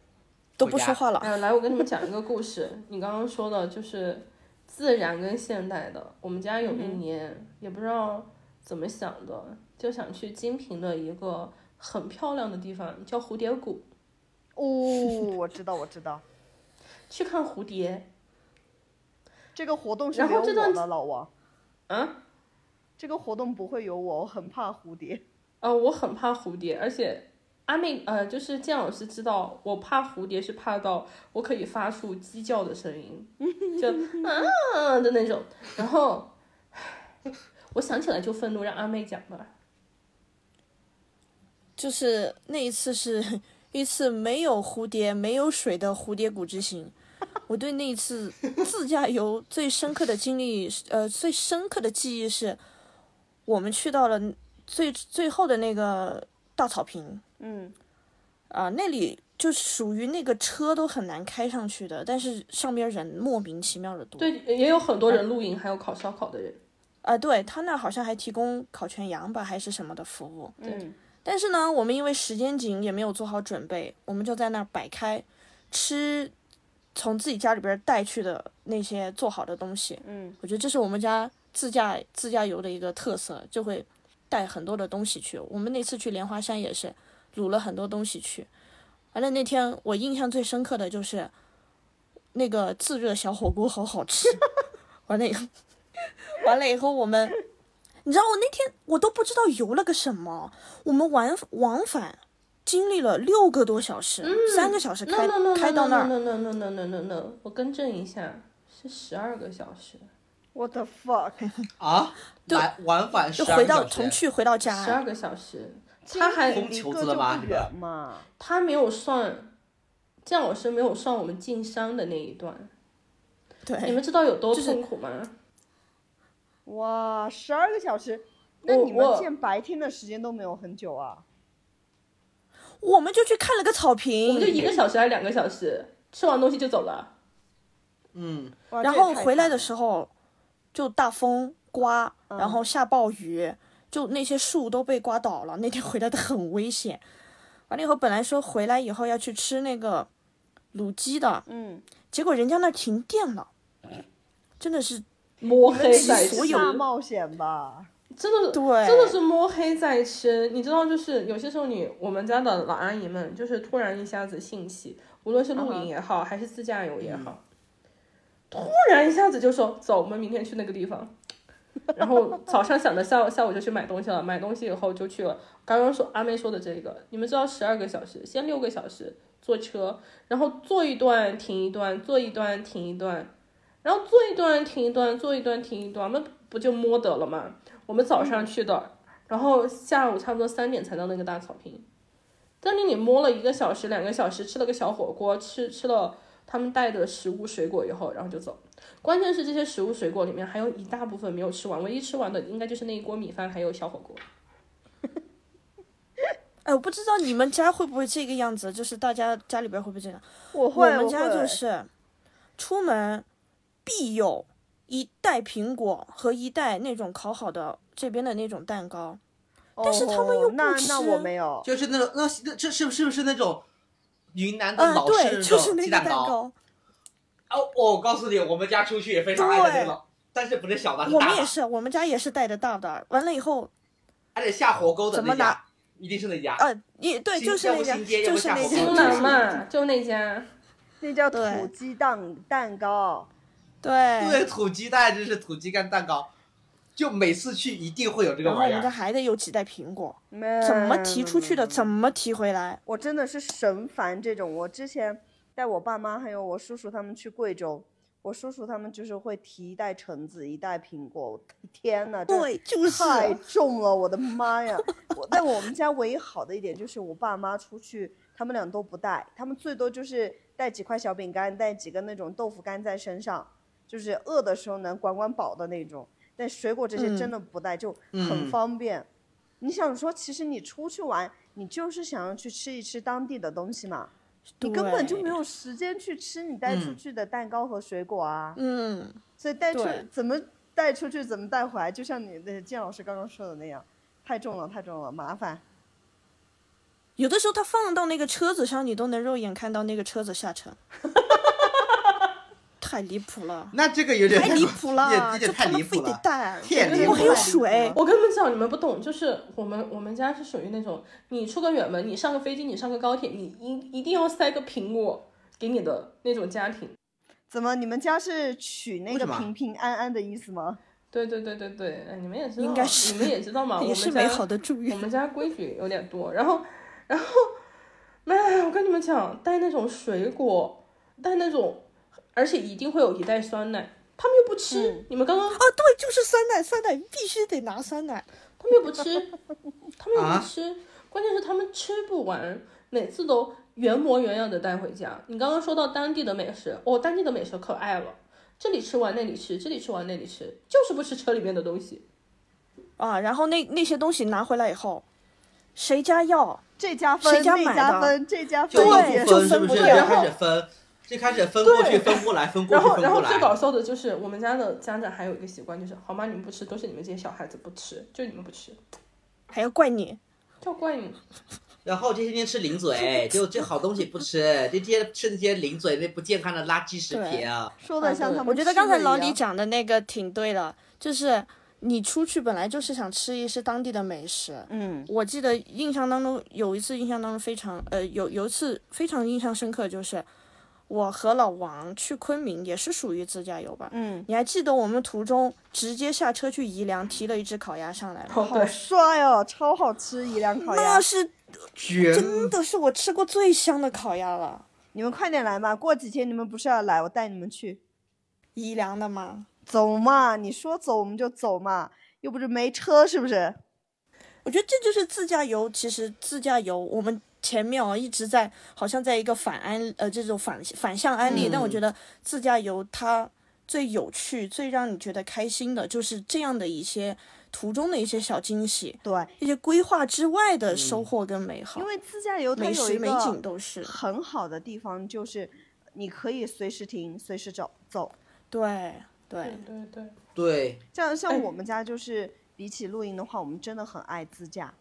[SPEAKER 5] 都不说话了。
[SPEAKER 3] 哎，来，我跟你们讲一个故事。你刚刚说的就是自然跟现代的。我们家有一年、也不知道怎么想的，就想去金平的一个很漂亮的地方，叫蝴蝶谷，
[SPEAKER 2] 哦，我知道，我知道，
[SPEAKER 3] 去看蝴蝶。
[SPEAKER 2] 这个活动是
[SPEAKER 3] 然
[SPEAKER 2] 没
[SPEAKER 3] 后
[SPEAKER 2] 有
[SPEAKER 3] 这段
[SPEAKER 2] 我的，老王，
[SPEAKER 3] 啊，
[SPEAKER 2] 这个活动不会有我，我很怕蝴蝶。
[SPEAKER 3] 呃，我很怕蝴蝶，而且阿妹，呃，就是建老师知道我怕蝴蝶是怕到我可以发出鸡叫的声音，就啊的那种。然后， 我想起来就愤怒，让阿妹讲吧。
[SPEAKER 5] 就是那一次是一次没有蝴蝶、没有水的蝴蝶谷之行。我对那一次自驾游最深刻的经历是，呃，最深刻的记忆是，我们去到了最最后的那个大草坪
[SPEAKER 2] 嗯，
[SPEAKER 5] 啊、那里就属于那个车都很难开上去的，但是上边人莫名其妙的多。
[SPEAKER 3] 对，也有很多人露营，还有烤烧烤的人。
[SPEAKER 5] 啊、对他那好像还提供烤全羊吧，还是什么的服务。
[SPEAKER 2] 嗯，
[SPEAKER 5] 但是呢，我们因为时间紧，也没有做好准备，我们就在那儿摆开吃，从自己家里边儿带去的那些做好的东西。
[SPEAKER 2] 嗯，
[SPEAKER 5] 我觉得这是我们家自驾自驾游的一个特色，就会带很多的东西去。我们那次去莲花山也是卤了很多东西去。完了那天我印象最深刻的就是那个自热小火锅好好吃， 完了以后，完了以后我们，你知道我那天我都不知道游了个什么，我们往往返经历了六个多小时，三个小时
[SPEAKER 3] 嗯 No
[SPEAKER 5] 开
[SPEAKER 3] no no
[SPEAKER 5] 开到那儿，
[SPEAKER 3] no no no no no no no，我更正一下，是十二个小时，
[SPEAKER 2] 我的 fuck，
[SPEAKER 4] 啊，晚晚返十
[SPEAKER 5] 就
[SPEAKER 4] 二
[SPEAKER 5] 回
[SPEAKER 4] 个
[SPEAKER 5] 到
[SPEAKER 4] 小时
[SPEAKER 5] 从去回到家
[SPEAKER 3] 十，二个小时。他还
[SPEAKER 2] 金平离
[SPEAKER 4] 球
[SPEAKER 2] 各
[SPEAKER 4] 子
[SPEAKER 2] 就
[SPEAKER 4] 了吧
[SPEAKER 2] 不
[SPEAKER 4] 你们
[SPEAKER 2] 远嘛。
[SPEAKER 3] 他没有算，姜老师没有算我们进山的那一段。你
[SPEAKER 5] 对
[SPEAKER 3] 们知道有多
[SPEAKER 5] 就是
[SPEAKER 3] 痛苦吗？
[SPEAKER 2] 哇，十二个小时，那
[SPEAKER 3] 我
[SPEAKER 2] 你们
[SPEAKER 3] 我
[SPEAKER 2] 见白天的时间都没有很久啊？
[SPEAKER 5] 我们就去看了个草坪，
[SPEAKER 3] 我们就一个小时还是两个小时，吃完东西就走了。
[SPEAKER 4] 嗯，
[SPEAKER 2] 哇
[SPEAKER 5] 然后回来的
[SPEAKER 2] 候，
[SPEAKER 5] 时候就大风刮，
[SPEAKER 3] 嗯
[SPEAKER 5] 然后下暴雨，就那些树都被刮倒了。那天回来的很危险。完了以后，本来说回来以后要去吃那个卤鸡的，
[SPEAKER 2] 嗯，
[SPEAKER 5] 结果人家那儿停电了，真的是
[SPEAKER 3] 摸黑
[SPEAKER 5] 们
[SPEAKER 3] 在吃，
[SPEAKER 5] 所有
[SPEAKER 2] 大冒险吧，
[SPEAKER 3] 真的是
[SPEAKER 5] 对
[SPEAKER 3] 真的是摸黑在吃。你知道，就是有些时候你我们家的老阿姨们，就是突然一下子兴起，无论是露营也好，还是自驾游也好，突然一下子就说走，我们明天去那个地方。然后早上想着下午下午就去买东西了，买东西以后就去了。刚刚说阿妹说的这个，你们知道十二个小时，先六个小时坐车，然后坐一段停一段，坐一段停一段，然后坐一段停一段，坐一段停一段，那不就摸得了吗？我们早上去的，然后下午差不多三点才到那个大草坪。但是你摸了一个小时、两个小时，吃了个小火锅，吃吃了他们带的食物、水果以后，然后就走。关键是这些食物、水果里面还有一大部分没有吃完，唯一吃完的应该就是那一锅米饭还有小火锅。
[SPEAKER 5] 哎，我不知道你们家会不会这个样子，就是大家家里边会不会这样？
[SPEAKER 2] 我
[SPEAKER 5] 我
[SPEAKER 2] 会，
[SPEAKER 5] 们家
[SPEAKER 2] 会
[SPEAKER 5] 就是出门必有一袋苹果和一袋那种烤好的这边的那种蛋糕。但是他们又
[SPEAKER 2] 哦那
[SPEAKER 5] 不
[SPEAKER 2] 那
[SPEAKER 5] 吃
[SPEAKER 2] 我没有，
[SPEAKER 4] 就是那种那那这是不是不是那种云南的
[SPEAKER 5] 啊，
[SPEAKER 4] 老式
[SPEAKER 5] 对，就是那
[SPEAKER 4] 鸡
[SPEAKER 5] 个
[SPEAKER 4] 蛋
[SPEAKER 5] 蛋糕，
[SPEAKER 4] 哦，我告诉你，我们家出去也非常爱的
[SPEAKER 5] 对
[SPEAKER 4] 那种，但是不是小的，是
[SPEAKER 5] 我
[SPEAKER 4] 大
[SPEAKER 5] 们也
[SPEAKER 4] 的，
[SPEAKER 5] 是，我们家也是带的大的。完了以后，
[SPEAKER 4] 而且下火沟的
[SPEAKER 5] 怎么
[SPEAKER 4] 那
[SPEAKER 5] 拿
[SPEAKER 4] 家，一定是那家。
[SPEAKER 5] 呃，也对，
[SPEAKER 4] 新
[SPEAKER 5] 就是
[SPEAKER 4] 要
[SPEAKER 5] 那
[SPEAKER 4] 不
[SPEAKER 5] 家，
[SPEAKER 4] 新街要
[SPEAKER 5] 就
[SPEAKER 4] 不
[SPEAKER 5] 是
[SPEAKER 4] 下火
[SPEAKER 5] 那家，
[SPEAKER 4] 锅
[SPEAKER 3] 新
[SPEAKER 4] 就
[SPEAKER 3] 郎
[SPEAKER 4] 是
[SPEAKER 3] 嘛，就那家，
[SPEAKER 2] 那叫
[SPEAKER 5] 对
[SPEAKER 2] 土鸡蛋蛋糕。
[SPEAKER 5] 对。
[SPEAKER 4] 对，土鸡蛋真是土鸡蛋蛋糕，就每次去一定会有这个
[SPEAKER 5] 然后我
[SPEAKER 4] 玩意
[SPEAKER 5] 们家
[SPEAKER 4] 儿。嗯
[SPEAKER 5] 还得有几袋苹果，
[SPEAKER 2] 没
[SPEAKER 5] 怎么
[SPEAKER 2] 嗯
[SPEAKER 5] 提出去的，怎么提回来？
[SPEAKER 2] 我真的是神烦这种。我之前带我爸妈还有我叔叔他们去贵州，我叔叔他们就是会提一袋橙子，一袋苹果。我的天
[SPEAKER 4] 嗯
[SPEAKER 2] 呐，这
[SPEAKER 5] 对，就是
[SPEAKER 2] 太重了，我的妈呀！我但我们家唯一好的一点就是我爸妈出去，他们俩都不带，他们最多就是带几块小饼干，带几个那种豆腐干在身上，就是饿的时候能管管饱的那种。但水果这些真的不带，就很
[SPEAKER 4] 嗯
[SPEAKER 2] 方便。你想说，其实你出去玩，你就是想要去吃一吃当地的东西嘛，你根本就没
[SPEAKER 5] 对。
[SPEAKER 2] 有时间去吃你带出
[SPEAKER 4] 嗯
[SPEAKER 2] 去的蛋糕和水果啊。
[SPEAKER 5] 嗯，
[SPEAKER 2] 所以带出
[SPEAKER 5] 对
[SPEAKER 2] 怎么带出去，怎么带回来，就像你的建老师刚刚说的那样，太重了，太重了，麻烦。
[SPEAKER 5] 有的时候它放到那个车子上，你都能肉眼看到那个车子下沉，太离 谱了，
[SPEAKER 4] 那这个有点
[SPEAKER 5] 太离谱了，
[SPEAKER 4] 有点
[SPEAKER 5] 就
[SPEAKER 4] 太
[SPEAKER 5] 他
[SPEAKER 4] 离
[SPEAKER 5] 们非
[SPEAKER 4] 谱
[SPEAKER 5] 得
[SPEAKER 4] 了，
[SPEAKER 5] 带，
[SPEAKER 4] 太离
[SPEAKER 5] 我
[SPEAKER 4] 谱
[SPEAKER 5] 还有
[SPEAKER 4] 了。
[SPEAKER 5] 水，
[SPEAKER 3] 我根本讲你们不懂，就是我们我们家是属于那种，你出个远门，你上个飞机，你上个高铁，你一一定要塞个苹果给你的那种家庭。
[SPEAKER 2] 怎么，你们家是取那
[SPEAKER 4] 为
[SPEAKER 2] 个
[SPEAKER 4] 什么啊
[SPEAKER 2] 平平安安的意思吗？
[SPEAKER 3] 对对对对对，哎你们也知道，
[SPEAKER 5] 应该是
[SPEAKER 3] 你们也知道
[SPEAKER 4] 嗯
[SPEAKER 3] 嘛，我
[SPEAKER 5] 也
[SPEAKER 3] 们
[SPEAKER 5] 是
[SPEAKER 3] 家
[SPEAKER 5] 美好的祝
[SPEAKER 3] 我
[SPEAKER 5] 愿。
[SPEAKER 3] 们家规矩有点多，然后然后，哎，我跟你们讲，带那种水果，带那种，而且一定会有一袋酸奶，他们又不吃，
[SPEAKER 2] 嗯
[SPEAKER 3] 你们刚刚
[SPEAKER 5] 啊，对，就是酸奶，酸奶必须得拿酸奶。
[SPEAKER 3] 他们又不吃，他们又
[SPEAKER 4] 啊
[SPEAKER 3] 不吃，关键是他们吃不完，每次都原模原样的带回家。你刚刚说到当地的美食，哦，当地的美食可爱了，这里吃完那里吃，这里吃完那里吃，就是不吃车里面的东西。
[SPEAKER 5] 啊，然后那那些东西拿回来以后，谁家要？
[SPEAKER 2] 这家分，
[SPEAKER 5] 谁家
[SPEAKER 2] 那
[SPEAKER 5] 买
[SPEAKER 2] 家
[SPEAKER 5] 的
[SPEAKER 2] 分，这家
[SPEAKER 4] 就
[SPEAKER 2] 分，
[SPEAKER 4] 又
[SPEAKER 5] 对
[SPEAKER 2] 也
[SPEAKER 4] 不分
[SPEAKER 5] 就分
[SPEAKER 4] 是
[SPEAKER 5] 不
[SPEAKER 4] 是？
[SPEAKER 5] 了
[SPEAKER 4] 就开始分，就开始分过去，分过来，分过
[SPEAKER 3] 然
[SPEAKER 4] 去，
[SPEAKER 3] 后，
[SPEAKER 4] 分
[SPEAKER 3] 然
[SPEAKER 4] 过
[SPEAKER 3] 后最
[SPEAKER 4] 来。
[SPEAKER 3] 搞笑的就是我们家的家长还有一个习惯，就是好吗？你们不吃，都是你们这些小孩子不吃，就你们不吃，
[SPEAKER 5] 还要怪你？
[SPEAKER 3] 就怪你。
[SPEAKER 4] 然后就天天吃零嘴，就这好东西不吃，就天天吃那些零嘴那不健康的垃圾食品啊。
[SPEAKER 2] 说的像他们、
[SPEAKER 5] 我觉得刚才老李，讲的那个挺对的，就是你出去本来就是想吃一吃当地的美食。
[SPEAKER 2] 嗯，
[SPEAKER 5] 我记得印象当中有一次印象当中非常呃有有一次非常印象深刻，就是我和老王去昆明，也是属于自驾游吧。
[SPEAKER 2] 嗯，
[SPEAKER 5] 你还记得我们途中直接下车去宜良提了一只烤鸭上来吗？
[SPEAKER 3] 哦，对，
[SPEAKER 2] 帅哦，超好吃，一两烤鸭嗯
[SPEAKER 5] 那。是
[SPEAKER 4] 绝
[SPEAKER 5] 真的是我吃过最香的烤鸭了。
[SPEAKER 2] 你们快点来嘛，过几天你们不是要来，我带你们去。
[SPEAKER 5] 宜良的吗？
[SPEAKER 2] 走嘛，你说走我们就走嘛，又不是没车，是不是？
[SPEAKER 5] 我觉得这就是自驾游。其实自驾游，我们前面哦一直在好像在一个反安呃这种反反向安利，但我觉得自驾游它最有趣、最让你觉得开心的，就是这样的一些途中的一些小惊喜，
[SPEAKER 2] 对，
[SPEAKER 5] 一些规划之外的收获跟美好。
[SPEAKER 2] 因为自驾游它
[SPEAKER 5] 美
[SPEAKER 2] 有一
[SPEAKER 5] 食
[SPEAKER 2] 个
[SPEAKER 5] 美景都是
[SPEAKER 2] 很好的地方，就是你可以随时停、随时走走。
[SPEAKER 5] 对对，
[SPEAKER 3] 对对，
[SPEAKER 4] 对，
[SPEAKER 2] 像像
[SPEAKER 3] 哎
[SPEAKER 2] 我们家就是，比起露营的话，我们真的很爱自驾。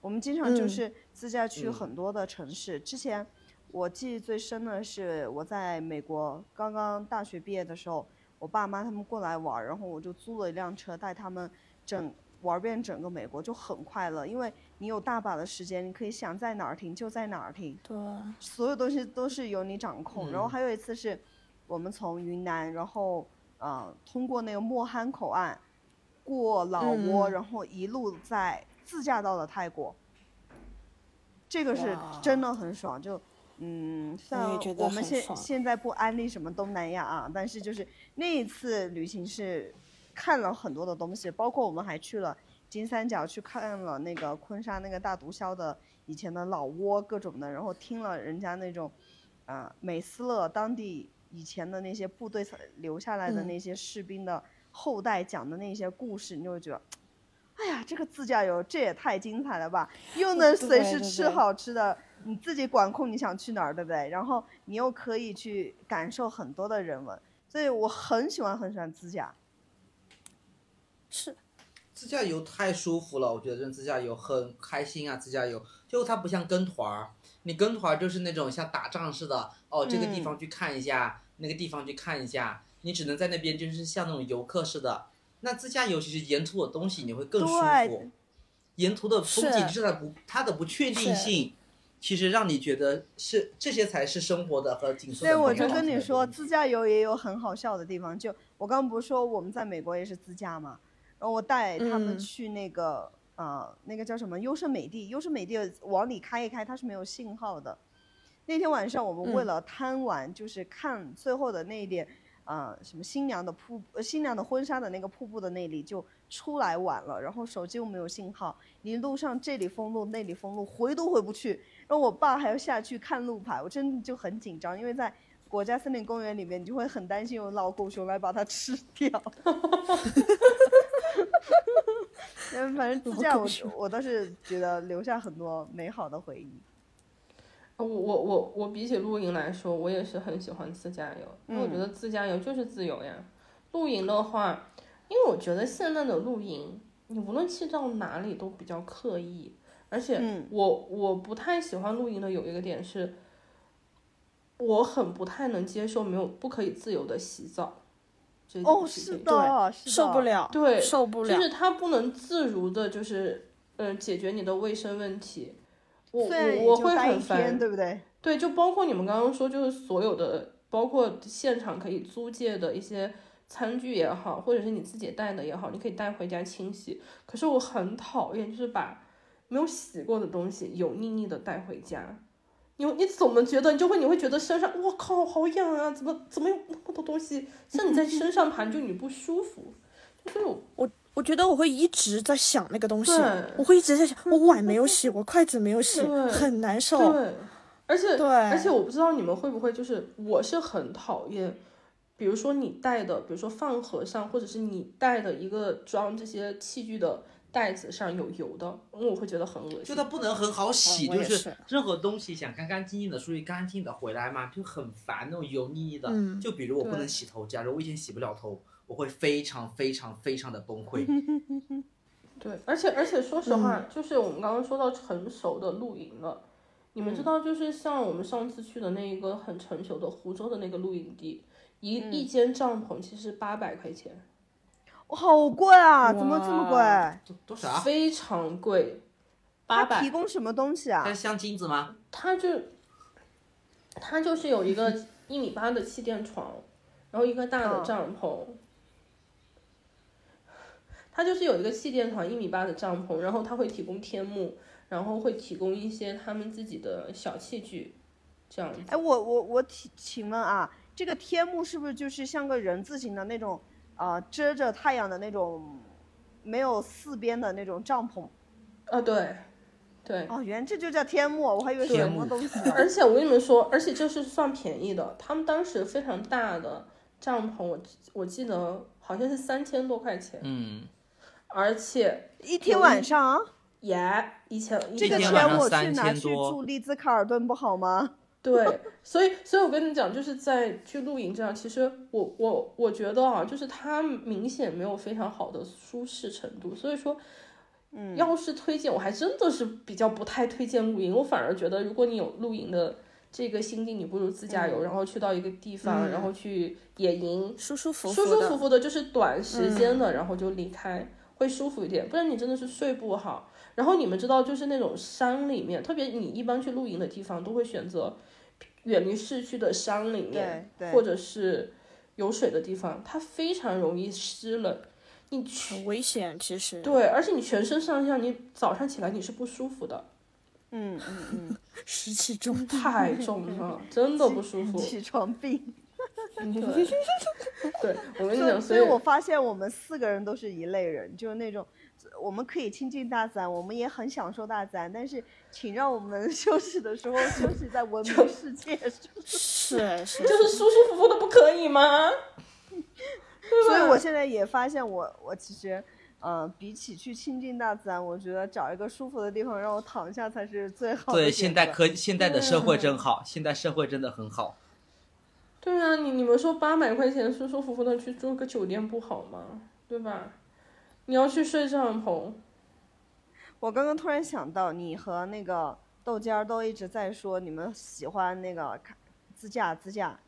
[SPEAKER 2] 我们经常就
[SPEAKER 5] 嗯
[SPEAKER 2] 是自驾去
[SPEAKER 4] 嗯
[SPEAKER 2] 很多的城市。之前我记忆最深的是我在美国刚刚大学毕业的时候，我爸妈他们过来玩儿，然后我就租了一辆车带他们整玩遍整个美国，就很快乐，因为你有大把的时间，你可以想在哪儿停就在哪儿停。
[SPEAKER 5] 对，
[SPEAKER 2] 所有东西都是由你掌控。
[SPEAKER 5] 嗯
[SPEAKER 2] 然后还有一次是，我们从云南，然后呃通过那个莫罕口岸，过老挝，
[SPEAKER 5] 嗯
[SPEAKER 2] 然后一路在自驾到了泰国。这个是
[SPEAKER 5] 哇
[SPEAKER 2] 真的很爽，就嗯，像
[SPEAKER 5] 觉得
[SPEAKER 2] 我们
[SPEAKER 5] 很
[SPEAKER 2] 现
[SPEAKER 5] 爽
[SPEAKER 2] 现在不安利什么东南亚啊，但是就是那一次旅行是看了很多的东西，包括我们还去了金三角，去看了那个昆沙那个大毒枭的以前的老挝各种的，然后听了人家那种，啊、美斯勒当地以前的那些部队留下来的
[SPEAKER 5] 嗯
[SPEAKER 2] 那些士兵的后代讲的那些故事，你就会觉得。哎呀，这个自驾游这也太精彩了吧！又能随时
[SPEAKER 5] 对
[SPEAKER 2] 吃
[SPEAKER 5] 对
[SPEAKER 2] 好吃的，你自己管控你想去哪儿，对不对？然后你又可以去感受很多的人文，所以我很喜欢很喜欢自驾。
[SPEAKER 5] 是
[SPEAKER 4] 自驾游太舒服了，我觉得真的自驾游很开心啊！自驾游就它不像跟团儿，你跟团儿就是那种像打仗似的，哦，这个
[SPEAKER 2] 嗯
[SPEAKER 4] 地方去看一下，那个地方去看一下，你只能在那边就是像那种游客似的。那自驾游其实沿途的东西你会更舒
[SPEAKER 2] 对
[SPEAKER 4] 服，沿途的风景
[SPEAKER 5] 是
[SPEAKER 4] 就是它不它的不确定性，其实让你觉得是这些才是生活的和景色
[SPEAKER 2] 所
[SPEAKER 4] 的
[SPEAKER 2] 以
[SPEAKER 4] 美好。
[SPEAKER 2] 我就跟你说，
[SPEAKER 4] 对
[SPEAKER 2] 自驾游也有很好笑的地方。就我刚刚不是说我们在美国也是自驾嘛，然后我带他们
[SPEAKER 5] 嗯
[SPEAKER 2] 去那个、呃那个叫什么优胜美地，优胜美地往里开一开，它是没有信号的。那天晚上我们为
[SPEAKER 5] 嗯
[SPEAKER 2] 了贪玩，就是看最后的那一点，呃，什么新娘的瀑布呃新娘的婚纱的那个瀑布的那里就出来晚了，然后手机又没有信号，一路上这里封路那里封路，回都回不去。然后我爸还要下去看路牌，我真的就很紧张，因为在国家森林公园里面，你就会很担心有老狗熊来把它吃掉。 嗯，反正自驾我我倒是觉得留下很多美好的回忆。
[SPEAKER 3] 哦我我我我比起露营来说，我也是很喜欢自驾游，因为我觉得自驾游就是自由呀。露营的话，因为我觉得现在的露营，你无论去到哪里都比较刻意，而且
[SPEAKER 2] 嗯
[SPEAKER 3] 我我不太喜欢露营的有一个点是，我很不太能接受没有不可以自由的洗澡。这件
[SPEAKER 2] 哦，
[SPEAKER 3] 事
[SPEAKER 2] 是
[SPEAKER 3] 情
[SPEAKER 2] 的，是的，
[SPEAKER 5] 受不。了，
[SPEAKER 3] 对
[SPEAKER 5] 受不了
[SPEAKER 3] 就，是它不能自如的，就是嗯、呃解决你的卫生问题。我
[SPEAKER 2] 虽然
[SPEAKER 3] 我
[SPEAKER 2] 也
[SPEAKER 3] 我
[SPEAKER 2] 就
[SPEAKER 3] 会
[SPEAKER 2] 待
[SPEAKER 3] 很
[SPEAKER 2] 一天，
[SPEAKER 3] 烦，
[SPEAKER 2] 对不对？
[SPEAKER 3] 对，就包括你们刚刚说，就是所有的，包括现场可以租借的一些餐具也好，或者是你自己带的也好，你可以带回家清洗。可是我很讨厌，就是把没有洗过的东西油腻腻的带回家。你你总能觉得，你就会你会觉得身上，我靠，好痒啊！怎么怎么有那么多东西像你在身上盘，就你不舒服。所以我
[SPEAKER 5] 我我觉得我会一直在想那个东西
[SPEAKER 3] 对，
[SPEAKER 5] 我会一直在想，我碗没有洗，我筷子没有洗，
[SPEAKER 3] 对
[SPEAKER 5] 很难受。
[SPEAKER 3] 对，而且
[SPEAKER 5] 对
[SPEAKER 3] 而且我不知道你们会不会，就是我是很讨厌，比如说你带的，比如说饭盒上，或者是你带的一个装这些器具的袋子上有油的，因为我会觉得很恶
[SPEAKER 4] 就
[SPEAKER 3] 心
[SPEAKER 4] 它。不能很好洗，
[SPEAKER 5] 嗯我
[SPEAKER 4] 就
[SPEAKER 5] 也
[SPEAKER 4] 是
[SPEAKER 5] 是
[SPEAKER 4] 任何东西想干干净净的出去，干干净净的回来嘛，就很烦那种油腻腻的。
[SPEAKER 5] 嗯
[SPEAKER 4] 就比如我不
[SPEAKER 3] 对
[SPEAKER 4] 能洗头，假如我以前洗不了头，我会非常非常非常的崩溃。
[SPEAKER 3] 对，而且而且说实话，就是我们刚刚说到成熟的露营了，你们知道，就是像我们上次去的那一个很成熟的湖州的那个露营地，一、一间帐篷其实八百块钱。
[SPEAKER 2] 哇好贵啊！怎么这么
[SPEAKER 5] 哇
[SPEAKER 2] 贵？
[SPEAKER 4] 多多少啊？
[SPEAKER 3] 非常贵，
[SPEAKER 2] 它
[SPEAKER 3] 八百
[SPEAKER 2] 提。供什么东西啊
[SPEAKER 4] 它？是镶金子吗？
[SPEAKER 3] 它就它就是有一个一米八的气垫床，然后一个大的
[SPEAKER 2] 嗯
[SPEAKER 3] 帐篷。它就是有一个气垫床，一米八的帐篷，然后它会提供天幕，然后会提供一些他们自己的小器具，这样子。
[SPEAKER 2] 哎，我我我请请问啊，这个天幕是不是就是像个人字形的那种啊、呃遮着太阳的那种，没有四边的那种帐篷？
[SPEAKER 3] 啊，对，
[SPEAKER 2] 哎
[SPEAKER 3] 对，
[SPEAKER 2] 哦，原来这就叫天幕，我还以为是
[SPEAKER 4] 天
[SPEAKER 2] 什
[SPEAKER 4] 幕
[SPEAKER 2] 么东西呢。
[SPEAKER 3] 而且我跟你们说，而且这是算便宜的，他们当时非常大的帐篷，我我记得好像是三千多块钱，
[SPEAKER 6] 嗯，
[SPEAKER 3] 而且
[SPEAKER 2] 一天晚上啊，
[SPEAKER 3] 也一千一
[SPEAKER 6] 这
[SPEAKER 2] 个
[SPEAKER 3] 千
[SPEAKER 6] 天晚上
[SPEAKER 2] 钱
[SPEAKER 3] 多
[SPEAKER 2] 我去拿
[SPEAKER 6] 3000
[SPEAKER 2] 去
[SPEAKER 6] 多
[SPEAKER 2] 住丽兹卡尔顿不好吗？
[SPEAKER 3] 对，所以，所以我跟你讲，就是在去露营这样，其实我我我觉得啊，就是它明显没有非常好的舒适程度，所以说，嗯，要是推荐，我还真的是比较不太推荐露营，我反而觉得如果你有露营的这个心境，你不如自驾游，然后去到一个地方，然后去野营，
[SPEAKER 5] 舒舒服
[SPEAKER 3] 舒
[SPEAKER 5] 服
[SPEAKER 3] 舒
[SPEAKER 5] 的，
[SPEAKER 3] 服服的，就是短
[SPEAKER 2] 嗯
[SPEAKER 3] 时间的，然后就离开，会舒服一点。不然你真的是睡不好。然后你们知道，就是那种山里面，特别你一般去露营的地方，都会选择远离市区的山里面，
[SPEAKER 2] 对对
[SPEAKER 3] 或者是有水的地方，它非常容易湿冷。你全
[SPEAKER 5] 很危险。其实，
[SPEAKER 3] 对，而且你全身上下，你早上起来你是不舒服的，
[SPEAKER 2] 嗯嗯嗯，
[SPEAKER 5] 湿气重，
[SPEAKER 3] 太重了， 真的不舒服。
[SPEAKER 2] 嗯起床病。
[SPEAKER 3] 对，对我跟
[SPEAKER 2] 所
[SPEAKER 3] 你
[SPEAKER 2] 以所
[SPEAKER 3] 讲，所
[SPEAKER 2] 以我发现我们四个人都是一类人，就是那种我们可以亲近大自然，我们也很享受大自然，但是请让我们 休息的时候休息在文明世界上。
[SPEAKER 5] 是是，
[SPEAKER 3] 就是舒舒服服的，不可以吗？
[SPEAKER 2] 所以我现在也发现我，我其实，呃，比起去亲近大自然，我觉得找一个舒服的地方让我躺下才是最好
[SPEAKER 6] 对，
[SPEAKER 2] 的选择。
[SPEAKER 6] 现代科现代的社会真好，现代社会真的很好。
[SPEAKER 3] 对啊，你你们说八百块钱舒舒服服的去住个酒店不好吗？对吧？你要去睡帐篷，
[SPEAKER 2] 我刚刚突然想到，你和那个豆尖儿都一直在说你们喜欢那个看自驾自驾。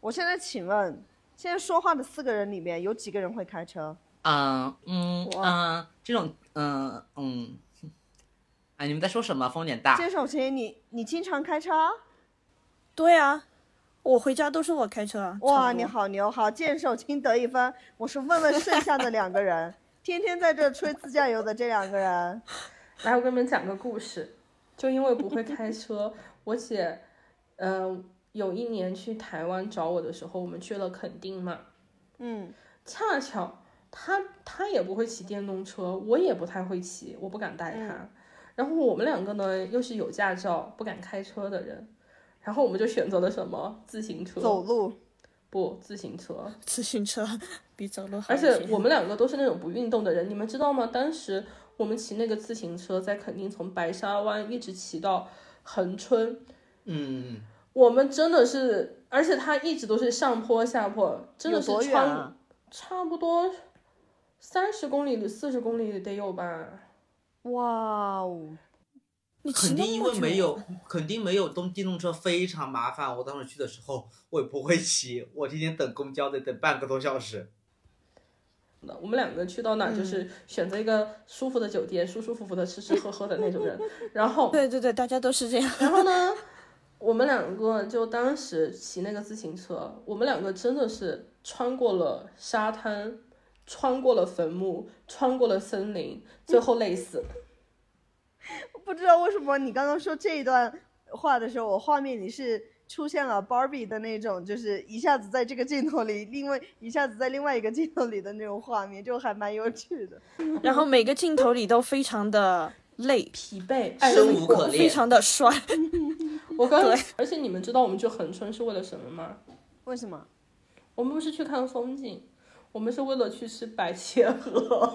[SPEAKER 2] 我现在请问，现在说话的四个人里面有几个人会开车？
[SPEAKER 6] 嗯嗯
[SPEAKER 2] 哇
[SPEAKER 6] 嗯，这种嗯嗯，哎，你们在说什么？风点大。
[SPEAKER 4] 嗯
[SPEAKER 2] 这首琴你你经常开车啊？
[SPEAKER 5] 对啊，我回家都是我开车啊。
[SPEAKER 2] 哇，
[SPEAKER 5] 差不多
[SPEAKER 2] 你，好牛！好，剑手青得一分。我是问问剩下的两个人， 天天在这吹自驾游的这两个人，
[SPEAKER 3] 来，我给你们讲个故事。就因为不会开车，我姐，嗯、有一年去台湾找我的时候，我们去了垦丁嘛，
[SPEAKER 2] 嗯，
[SPEAKER 3] 恰巧她她也不会骑电动车，我也不太会骑，我不敢带她。
[SPEAKER 2] 嗯
[SPEAKER 3] 然后我们两个呢，又是有驾照不敢开车的人，然后我们就选择了什么自行车？
[SPEAKER 2] 走路。
[SPEAKER 3] 不，自行车。
[SPEAKER 5] 自行车比走路好
[SPEAKER 2] 嗯
[SPEAKER 3] 而
[SPEAKER 5] 一些。
[SPEAKER 3] 且我们两个都是那种不运动的人，你们知道吗？当时我们骑那个自行车在垦丁从白沙湾一直骑到恒春，
[SPEAKER 4] 嗯，
[SPEAKER 3] 我们真的是，而且它一直都是上坡下坡，真的
[SPEAKER 2] 有
[SPEAKER 3] 是
[SPEAKER 2] 多远
[SPEAKER 3] 穿、
[SPEAKER 2] 啊？
[SPEAKER 3] 差不多三十公里、四十公里得有吧。
[SPEAKER 2] 哇哦！
[SPEAKER 5] 你骑
[SPEAKER 4] 肯
[SPEAKER 5] 那
[SPEAKER 4] 定因
[SPEAKER 5] 么
[SPEAKER 4] 为
[SPEAKER 5] 久
[SPEAKER 4] 没有，肯定没有动电动车非常麻烦。我当时去的时候，我也不会骑，我今天等公交得等半个多小时。
[SPEAKER 3] 那我们两个去到哪
[SPEAKER 2] 嗯
[SPEAKER 3] 就是选择一个舒服的酒店，舒舒服服的吃吃喝喝的那种人。然后
[SPEAKER 5] 对对对，大家都是这样。
[SPEAKER 3] 然后呢，我们两个就当时骑那个自行车，我们两个真的是穿过了沙滩，穿过了坟墓，穿过了森林，最后累死。
[SPEAKER 2] 不知道为什么你刚刚说这一段话的时候，我画面里是出现了 Barbie 的那种，就是一下子在这个镜头里， 另外一下子在另外一个镜头里的那种画面，就还蛮有趣的。
[SPEAKER 5] 然后每个镜头里都非常的累，
[SPEAKER 3] 疲惫，哎
[SPEAKER 4] 生无可
[SPEAKER 3] 我
[SPEAKER 4] 恋
[SPEAKER 5] 非常的帅。
[SPEAKER 3] 我刚
[SPEAKER 5] 对，
[SPEAKER 3] 而且你们知道我们去恒春是为了什么吗？
[SPEAKER 2] 为什么？
[SPEAKER 3] 我们不是去看风景，我们是为了去吃白切鹅。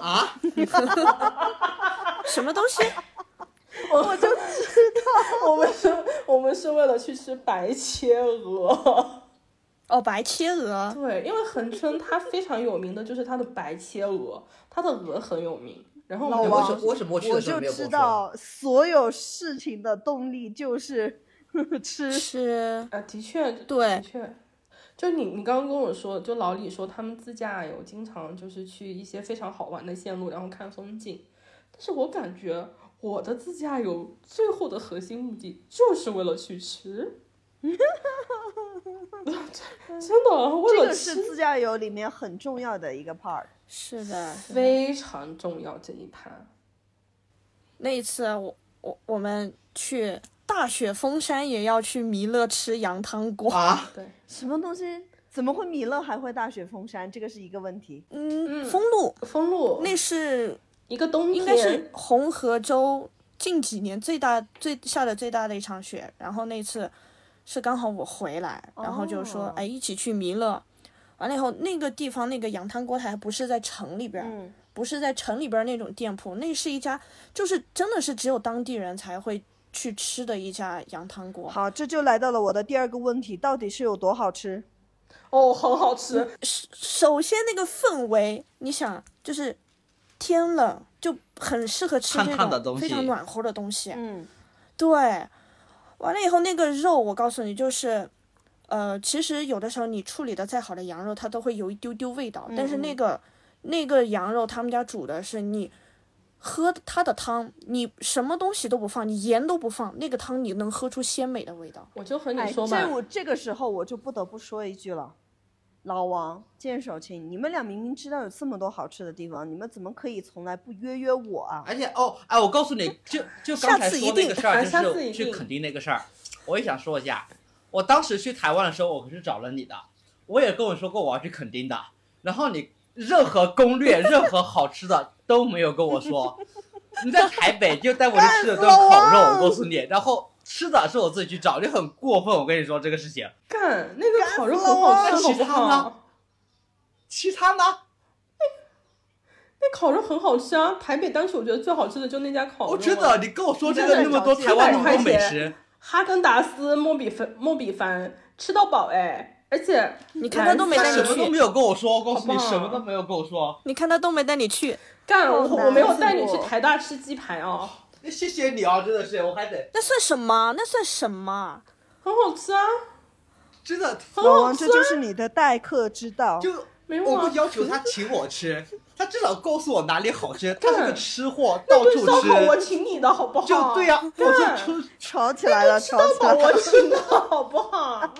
[SPEAKER 5] 什么东西？
[SPEAKER 2] 我就
[SPEAKER 3] 我们是，我们是为了去吃白切鹅。
[SPEAKER 5] 哦，白切鹅。
[SPEAKER 3] 对，因为恒春它非常有名的就是它的白切鹅，它的鹅很有名。然后我
[SPEAKER 2] 老
[SPEAKER 4] 哎
[SPEAKER 3] 们
[SPEAKER 4] 为
[SPEAKER 2] 王
[SPEAKER 4] 什么为什么我去
[SPEAKER 2] 我
[SPEAKER 4] 的时候
[SPEAKER 2] 就
[SPEAKER 4] 没有跟
[SPEAKER 2] 知
[SPEAKER 4] 我说？
[SPEAKER 2] 道所有事情的动力就是呵呵吃。
[SPEAKER 5] 是，
[SPEAKER 3] 啊，的确，的
[SPEAKER 5] 对，
[SPEAKER 3] 确，就你你刚刚跟我说，就老李说他们自驾游经常就是去一些非常好玩的线路，然后看风景。但是我感觉我的自驾游最后的核心目的就是为了去吃。真的，为
[SPEAKER 2] 这
[SPEAKER 3] 了
[SPEAKER 2] 个
[SPEAKER 3] 吃
[SPEAKER 2] 是自驾游里面很重要的一个 part。
[SPEAKER 5] 是的，是的。
[SPEAKER 3] 非常重要这一盘。
[SPEAKER 5] 那一次啊我我我们去大雪封山也要去弥勒吃羊汤锅。
[SPEAKER 4] 啊，
[SPEAKER 3] 对，
[SPEAKER 2] 什么东西？怎么会米勒还会大雪封山？这个是一个问题。
[SPEAKER 5] 嗯，封路
[SPEAKER 3] 封路
[SPEAKER 5] 那是
[SPEAKER 3] 一个冬天
[SPEAKER 5] 应该是红河州近几年最大最下的最大的一场雪，然后那次是刚好我回来，然后就说
[SPEAKER 2] 哦
[SPEAKER 5] 哎一起去弥勒，完了以后，那个地方那个羊汤锅台不是在城里边儿，
[SPEAKER 2] 嗯
[SPEAKER 5] 不是在城里边儿那种店铺，那是一家就是真的是只有当地人才会去吃的一家羊汤锅。
[SPEAKER 2] 好，这就来到了我的第二个问题，到底是有多好吃？
[SPEAKER 3] 哦，很好吃，
[SPEAKER 5] 嗯首先那个氛围，你想就是天冷就很适合吃
[SPEAKER 4] 烫
[SPEAKER 5] 这
[SPEAKER 4] 烫的
[SPEAKER 5] 种
[SPEAKER 4] 东
[SPEAKER 5] 非常
[SPEAKER 4] 西
[SPEAKER 5] 暖和的东西。
[SPEAKER 2] 嗯，
[SPEAKER 5] 对，完了以后那个肉，我告诉你，就是，呃，其实有的时候你处理的再好的羊肉，它都会有一丢丢味道，
[SPEAKER 6] 嗯
[SPEAKER 5] 但是那个那个羊肉他们家煮的是你。喝它的汤，你什么东西都不放，你盐都不放，那个汤你能喝出鲜美的味道。
[SPEAKER 3] 我就和你
[SPEAKER 2] 哎，
[SPEAKER 3] 说嘛，
[SPEAKER 2] 这我这个时候我就不得不说一句了，老王、剑手青，你们俩明明知道有这么多好吃的地方，你们怎么可以从来不约约我啊？
[SPEAKER 4] 而且哦，哎，我告诉你，就就刚才
[SPEAKER 5] 下次一
[SPEAKER 4] 说
[SPEAKER 5] 定
[SPEAKER 4] 那个事儿，
[SPEAKER 3] 啊下次
[SPEAKER 4] 就
[SPEAKER 3] 一
[SPEAKER 4] 是去
[SPEAKER 3] 定
[SPEAKER 4] 垦丁那个事儿，我也想说一下。我当时去台湾的时候，我可是找了你的，我也跟我说过我要去垦丁的，然后你任何攻略、任何好吃的都没有跟我说。你在台北就带我去吃了顿烤肉，我告诉你，然后吃的是我自己去找，就很过分。我跟你说这个事情，
[SPEAKER 3] 干那个烤肉
[SPEAKER 2] 干死
[SPEAKER 3] 很
[SPEAKER 2] 了
[SPEAKER 3] 好
[SPEAKER 4] 我
[SPEAKER 3] 吃，好不
[SPEAKER 4] 其他呢
[SPEAKER 3] 好？
[SPEAKER 4] 其他呢？
[SPEAKER 3] 那烤肉很好吃啊！台北当时我觉得最好吃的就那家烤肉啊，
[SPEAKER 4] 我真的，你跟我说这个
[SPEAKER 2] 你在
[SPEAKER 4] 那
[SPEAKER 2] 哪
[SPEAKER 4] 么多
[SPEAKER 2] 找
[SPEAKER 4] 台湾那么
[SPEAKER 3] 几
[SPEAKER 4] 多
[SPEAKER 3] 百块
[SPEAKER 4] 美
[SPEAKER 3] 钱
[SPEAKER 4] 食，
[SPEAKER 3] 哈根达斯、莫比凡、莫比凡吃到饱哎，而且
[SPEAKER 5] 你看他都没
[SPEAKER 4] 他
[SPEAKER 5] 带
[SPEAKER 4] 什
[SPEAKER 5] 你
[SPEAKER 4] 么
[SPEAKER 5] 去
[SPEAKER 4] 都没有跟我说，我告诉
[SPEAKER 3] 好
[SPEAKER 4] 你
[SPEAKER 3] 不好
[SPEAKER 4] 什么都没有跟我说。
[SPEAKER 5] 你看他都没带你去，
[SPEAKER 3] 干我
[SPEAKER 2] 好难
[SPEAKER 3] 我没有带你去
[SPEAKER 2] 过
[SPEAKER 3] 台大吃鸡排啊，
[SPEAKER 4] 那谢谢你啊，真的是，我还得
[SPEAKER 5] 那算什么？那算什么？
[SPEAKER 3] 很好吃啊，
[SPEAKER 4] 真的
[SPEAKER 3] 很
[SPEAKER 2] 老
[SPEAKER 3] 好
[SPEAKER 2] 王，
[SPEAKER 3] 吃
[SPEAKER 2] 这
[SPEAKER 3] 啊，
[SPEAKER 2] 就是你的待客之道。
[SPEAKER 4] 哦就
[SPEAKER 3] 没有
[SPEAKER 4] 我
[SPEAKER 3] 啊
[SPEAKER 4] 不要求他请我吃，他至少告诉我哪里好吃。他
[SPEAKER 3] 对
[SPEAKER 4] 是个吃货，
[SPEAKER 3] 那
[SPEAKER 4] 到
[SPEAKER 3] 顿
[SPEAKER 4] 处
[SPEAKER 3] 烧烤我
[SPEAKER 4] 吃，
[SPEAKER 3] 请你的好不好？
[SPEAKER 4] 就对呀、啊我
[SPEAKER 3] 干
[SPEAKER 4] 就吃
[SPEAKER 2] 吵起来了，
[SPEAKER 3] 吃
[SPEAKER 2] 吵
[SPEAKER 3] 到
[SPEAKER 2] 起
[SPEAKER 3] 饱
[SPEAKER 2] 来
[SPEAKER 3] 我
[SPEAKER 2] 了，
[SPEAKER 3] 请的好不好？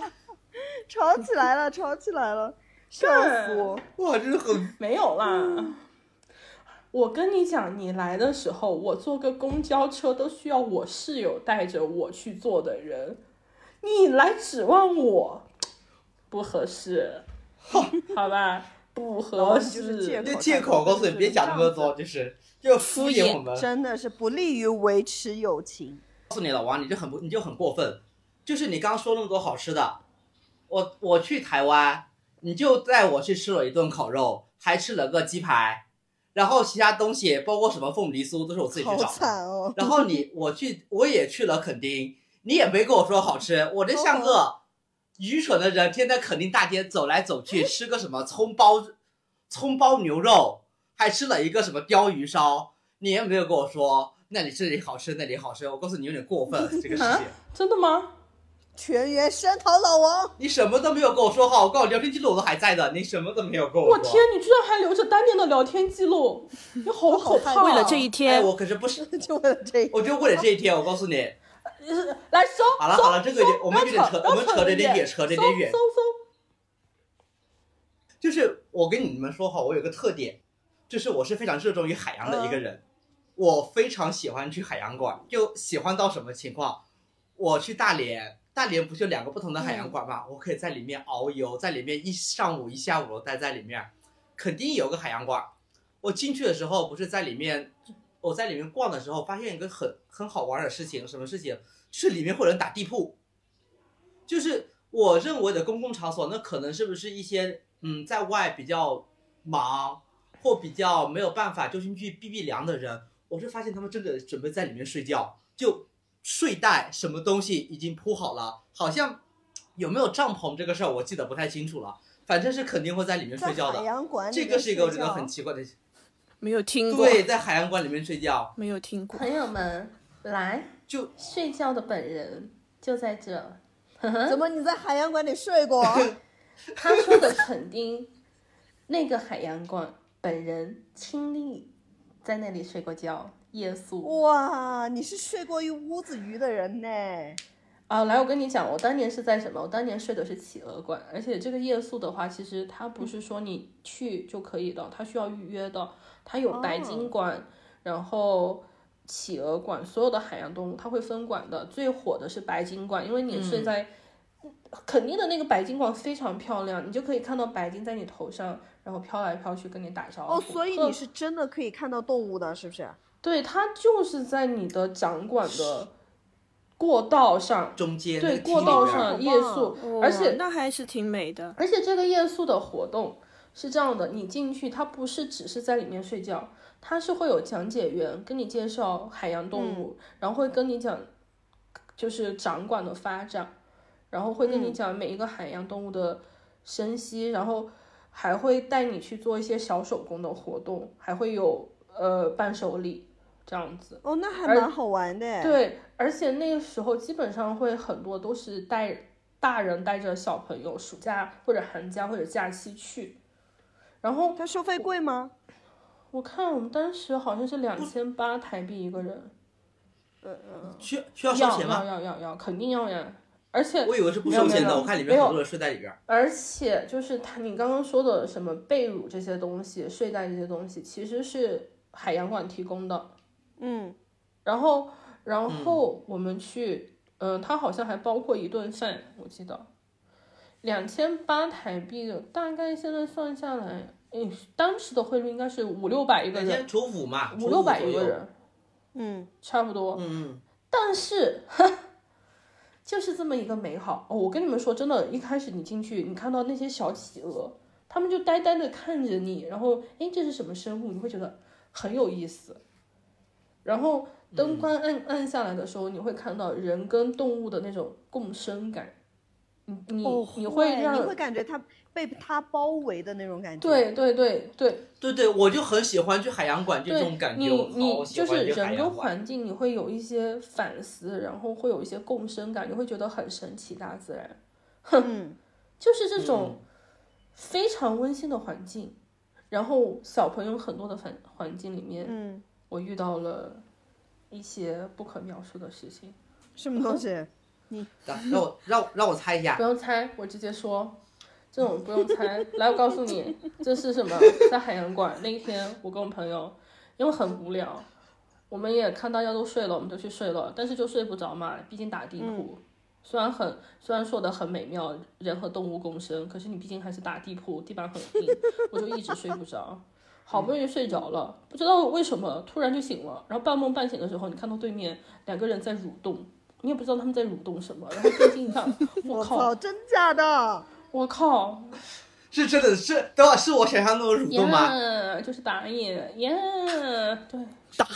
[SPEAKER 2] 吵起来了，吵起来了，笑死我！
[SPEAKER 4] 哇，真是很
[SPEAKER 3] 没有啦。我跟你讲，你来的时候，我坐个公交车都需要我室友带着我去坐的人，你来指望我，不合 适，好吧，不合
[SPEAKER 2] 你就是借
[SPEAKER 3] 适。
[SPEAKER 4] 那借口。我告诉你，别讲那么多，就是就敷衍我们。
[SPEAKER 2] 真的是不利于维持友情。
[SPEAKER 4] 告诉你老王，你就很不，你就很过分。就是你刚刚说那么多好吃的，我我去台湾，你就带我去吃了一顿烤肉，还吃了个鸡排，然后其他东西包括什么凤梨酥都是我自己去
[SPEAKER 2] 好
[SPEAKER 4] 找的。
[SPEAKER 2] 惨 哦！
[SPEAKER 4] 然后你我去我也去了垦丁，你也没跟我说好吃，我这像
[SPEAKER 3] 哦
[SPEAKER 4] 个愚蠢的人，天天在垦丁大街走来走 去，吃个什么葱包葱包牛肉，还吃了一个什么鲷鱼烧，你也没有跟我说那里这里好吃那里好吃，我告诉你有点过 分这个事情，
[SPEAKER 3] 真的吗？
[SPEAKER 2] 全员声讨老王，
[SPEAKER 4] 你什么都没有跟我说好，我告诉你聊天记录我都还在的，你什么都没有跟
[SPEAKER 3] 我
[SPEAKER 4] 说。
[SPEAKER 3] 天，你居然还留着当年的聊天记 录，你好可怕、
[SPEAKER 6] 哦
[SPEAKER 3] 啊！
[SPEAKER 5] 为了这一
[SPEAKER 4] 哎，
[SPEAKER 5] 天，
[SPEAKER 4] 我可是不是，
[SPEAKER 2] 就为了这一
[SPEAKER 4] 我就为了这一天，我告诉你，
[SPEAKER 3] 呃 来收
[SPEAKER 4] 好了
[SPEAKER 3] 收
[SPEAKER 4] 好了这个有点
[SPEAKER 3] 收
[SPEAKER 4] 我们有
[SPEAKER 3] 不
[SPEAKER 4] 点
[SPEAKER 3] 要
[SPEAKER 4] 扯
[SPEAKER 3] 不要
[SPEAKER 4] 我们扯得有点远扯得有点远
[SPEAKER 3] 收收
[SPEAKER 4] 就是我跟你们说哈，我有个特点，就是我是非常热衷于海洋的一个人，我非常喜欢去海洋馆，就喜欢到什么情况？我去大连，大连不就两个不同的海洋馆嘛，我可以在里面遨游，在里面一上午一下午都待在里面，肯定有个海洋馆。我进去的时候不是在里面，我在里面逛的时候发现一个很很好玩的事情，什么事情？就是里面会有人打地铺，就是我认为的公共场所，那可能是不是一些嗯，在外比较忙或比较没有办法就进去避避凉的人，我是发现他们真的准备在里面睡觉，就睡袋什么东西已经铺好了，好像有没有帐篷这个事儿我记得不太清楚了，反正是肯定会在里面睡觉
[SPEAKER 2] 在海
[SPEAKER 4] 的。
[SPEAKER 2] 洋馆里
[SPEAKER 4] 这
[SPEAKER 2] 面
[SPEAKER 4] 个是一个我
[SPEAKER 2] 睡
[SPEAKER 4] 觉得
[SPEAKER 2] 觉
[SPEAKER 4] 很奇怪的，
[SPEAKER 5] 没有听过，
[SPEAKER 4] 对，在海洋馆里面睡觉，
[SPEAKER 5] 没有听过。
[SPEAKER 3] 朋友们来
[SPEAKER 4] 就
[SPEAKER 3] 睡觉的本人就在这，
[SPEAKER 2] 怎么你在海洋馆里睡 过？
[SPEAKER 3] 他说的肯定，那个海洋馆本人亲历在那里睡过觉，夜宿。
[SPEAKER 2] 哇，你是睡过一屋子鱼的人呢！
[SPEAKER 3] 啊，来，我跟你讲，我当年是在什么？我当年睡的是企鹅馆，而且这个夜宿的话，其实它不是说你去就可以的，它需要预约的。它有白
[SPEAKER 2] 哦
[SPEAKER 3] 金馆，然后企鹅馆，所有的海洋动物它会分馆的。最火的是白金馆，因为你
[SPEAKER 2] 嗯
[SPEAKER 3] 睡在肯定的那个白金馆非常漂亮，你就可以看到白鲸在你头上，然后飘来飘去跟你打招呼。
[SPEAKER 2] 哦，所以
[SPEAKER 3] 特
[SPEAKER 2] 你是真的
[SPEAKER 3] 呃
[SPEAKER 2] 可以看到动物的，是不是？
[SPEAKER 3] 对，它就是在你的掌管的过道上，
[SPEAKER 6] 中间那
[SPEAKER 3] 对
[SPEAKER 6] 个
[SPEAKER 3] 过
[SPEAKER 6] 梯
[SPEAKER 3] 道
[SPEAKER 6] 里边儿
[SPEAKER 3] 上
[SPEAKER 2] 里
[SPEAKER 3] 夜
[SPEAKER 2] 边儿好
[SPEAKER 3] 宿
[SPEAKER 2] 棒，啊
[SPEAKER 3] 而且
[SPEAKER 5] 那还是挺美的。
[SPEAKER 3] 而且这个夜宿的活动是这样的，你进去，它不是只是在里面睡觉，它是会有讲解员跟你介绍海洋动物，然后会跟你讲就是掌管的发展，然后会跟你
[SPEAKER 2] 嗯
[SPEAKER 3] 讲每一个海洋动物的生息，然后还会带你去做一些小手工的活动，还会有呃伴手礼这样子。
[SPEAKER 2] 哦，那还
[SPEAKER 3] 而
[SPEAKER 2] 蛮好玩的哎。
[SPEAKER 3] 对，而且那个时候基本上会很多都是带大人带着小朋友，暑假或者寒假或者假期去。然后
[SPEAKER 2] 它收费贵吗？
[SPEAKER 3] 我看我们当时好像是两千八台币一个人，
[SPEAKER 2] 嗯
[SPEAKER 3] 呃
[SPEAKER 2] 嗯，
[SPEAKER 6] 需需要收
[SPEAKER 3] 要
[SPEAKER 6] 钱吗
[SPEAKER 3] 要？要要要，肯定要呀！而且
[SPEAKER 6] 我以为是不
[SPEAKER 3] 没有
[SPEAKER 6] 收
[SPEAKER 3] 没
[SPEAKER 6] 钱的，
[SPEAKER 3] 有
[SPEAKER 6] 我看里
[SPEAKER 3] 没
[SPEAKER 6] 面
[SPEAKER 3] 有
[SPEAKER 6] 很多人睡在里边儿。
[SPEAKER 3] 而且就是他，你刚刚说的什么被褥这些东西、睡袋这些东西，其实是海洋馆提供的。
[SPEAKER 2] 嗯，
[SPEAKER 3] 然后，然
[SPEAKER 6] 嗯
[SPEAKER 3] 后我们去，嗯、它好像还包括一顿饭，我记得，两千八台币的，大概现在算下来，哎，当时的汇率应该是五六百一个
[SPEAKER 6] 两千
[SPEAKER 3] 人，
[SPEAKER 6] 除五嘛，
[SPEAKER 3] 五六百
[SPEAKER 6] 除
[SPEAKER 3] 一
[SPEAKER 6] 左
[SPEAKER 3] 个
[SPEAKER 6] 右。
[SPEAKER 3] 人，
[SPEAKER 2] 嗯，
[SPEAKER 3] 差不多。
[SPEAKER 6] 嗯嗯，
[SPEAKER 3] 但是， 就是这么一个美好哦。我跟你们说，真的，一开始你进去，你看到那些小企鹅，它们就呆呆的看着你，然后，哎，这是什么生物？你会觉得很有意思。然后灯光暗暗下来的时候，你会看到人跟动物的那种共生感。你你、
[SPEAKER 2] 哦
[SPEAKER 3] 你会
[SPEAKER 2] 会
[SPEAKER 3] 让
[SPEAKER 2] 你会感觉它被它包围的那种感觉。，
[SPEAKER 3] 对对对对，
[SPEAKER 6] 对对，我就很喜欢去海洋馆，就这种感觉，
[SPEAKER 3] 你
[SPEAKER 6] 我
[SPEAKER 3] 你
[SPEAKER 6] 好喜
[SPEAKER 3] 就
[SPEAKER 6] 欢
[SPEAKER 3] 是
[SPEAKER 6] 去海
[SPEAKER 3] 人跟
[SPEAKER 6] 洋馆。
[SPEAKER 3] 环境，你会有一些反思，然后会有一些共生感，你会觉得很神奇大自然。
[SPEAKER 2] 嗯，
[SPEAKER 3] 就是这种非常温馨的环境，然后小朋友很多的环环境里面，
[SPEAKER 2] 嗯，
[SPEAKER 3] 我遇到了一些不可描述的事情。
[SPEAKER 2] 什么东西？
[SPEAKER 6] 让我让我让我猜一下
[SPEAKER 3] 不，用猜，我直接说，这种不用猜。来，我告诉你，这是什么？在海洋馆那一天，我跟我朋友，因为很无聊，我们也看大家都睡了，我们就去睡了，但是就睡不着嘛，毕竟打地铺。虽然很虽然说的很美妙，人和动物共生，可是你毕竟还是打地铺，地板很硬，我就一直睡不着。好不容易睡着了，不知道为什么突然就醒了，然后半梦半醒的时候，你看到对面两个人在蠕动，你也不知道他们在蠕动什么，然后定睛 一看，我
[SPEAKER 2] 我
[SPEAKER 3] 靠，
[SPEAKER 2] 操，哦真假的？
[SPEAKER 3] 我靠，
[SPEAKER 6] 是真的是等会儿是我想象那种蠕
[SPEAKER 3] 耶
[SPEAKER 6] 动吗？
[SPEAKER 3] 就是打野耶对，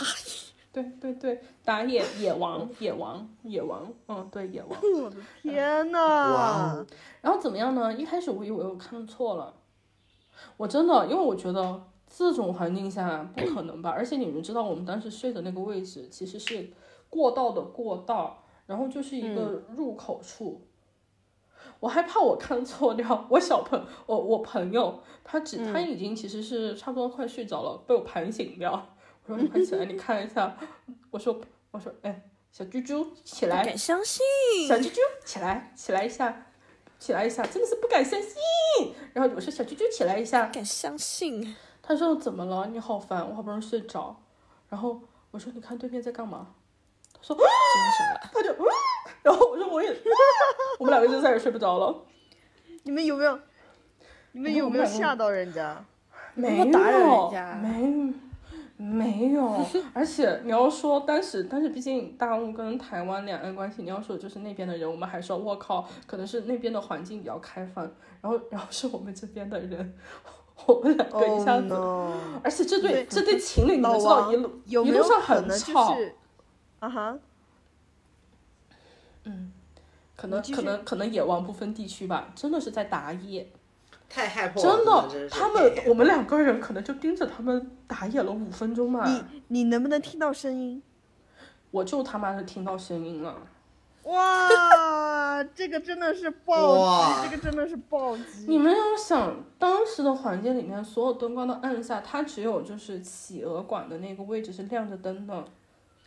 [SPEAKER 3] 打野，对对对，打野野王，野王，野王，嗯，对野王。
[SPEAKER 2] 我的天
[SPEAKER 6] 哇
[SPEAKER 2] 呐！
[SPEAKER 6] 哦
[SPEAKER 3] 然后怎么样呢？一开始我以为我看错了，我真的，因为我觉得这种环境下不可能吧。而且你们知道，我们当时睡的那个位置其实是过道的过道，然后就是一个入口处。我害怕我看错掉，我小朋我我朋友他只、他已经其实是差不多快睡着了，被我盘醒掉。 我说你快起来，你看一下。 我说我说哎，小猪猪起 来
[SPEAKER 5] 不，敢相信，
[SPEAKER 3] 小啾啾，起来，起来一下，起来一下，真的是不敢相信。然后我说小啾啾，起来一下
[SPEAKER 5] 不。敢相信，
[SPEAKER 3] 他说怎么了？你好烦，我好不容易睡着。然后我说你看对面在干嘛？他说，啊
[SPEAKER 5] 惊什么？
[SPEAKER 3] 他就，啊然后我说我也， 啊我们两个就再也睡不着了。
[SPEAKER 2] 你们有没有？你们有没有
[SPEAKER 3] 我们
[SPEAKER 2] 吓到人家？
[SPEAKER 3] 没有，
[SPEAKER 5] 打扰人家
[SPEAKER 3] 没没有，而且你要说当时，但是毕竟大陆跟台湾两岸关系，你要说就是那边的人，我们还说我靠，可能是那边的环境比较开放，然后然后是我们这边的人， 我们两个一下子
[SPEAKER 2] Oh no！
[SPEAKER 3] 而且这对
[SPEAKER 2] 哦对
[SPEAKER 3] 这对情侣，你
[SPEAKER 2] 老
[SPEAKER 3] 们知道
[SPEAKER 2] 王
[SPEAKER 3] 一路
[SPEAKER 2] 有
[SPEAKER 3] 一
[SPEAKER 2] 没
[SPEAKER 3] 路
[SPEAKER 2] 有
[SPEAKER 3] 上
[SPEAKER 2] 可
[SPEAKER 3] 很
[SPEAKER 2] 能就
[SPEAKER 3] 吵，
[SPEAKER 2] 是啊哈？
[SPEAKER 3] 可能
[SPEAKER 2] 你继
[SPEAKER 3] 可
[SPEAKER 2] 续
[SPEAKER 3] 能可能野王不分地区吧，真的是在打野，
[SPEAKER 6] 太害怕了，
[SPEAKER 3] 真的，
[SPEAKER 6] 是
[SPEAKER 3] 他们我们两个人可能就盯着他们打野了五分钟嘛，
[SPEAKER 2] 你你能不能听到声音？
[SPEAKER 3] 我就他妈的听到声音了。
[SPEAKER 2] 哇，这个真的是暴
[SPEAKER 6] 哇
[SPEAKER 2] 击，这个真的是暴击。
[SPEAKER 3] 你们要想，当时的环境里面所有灯光都暗下，它只有就是企鹅馆的那个位置是亮着灯的。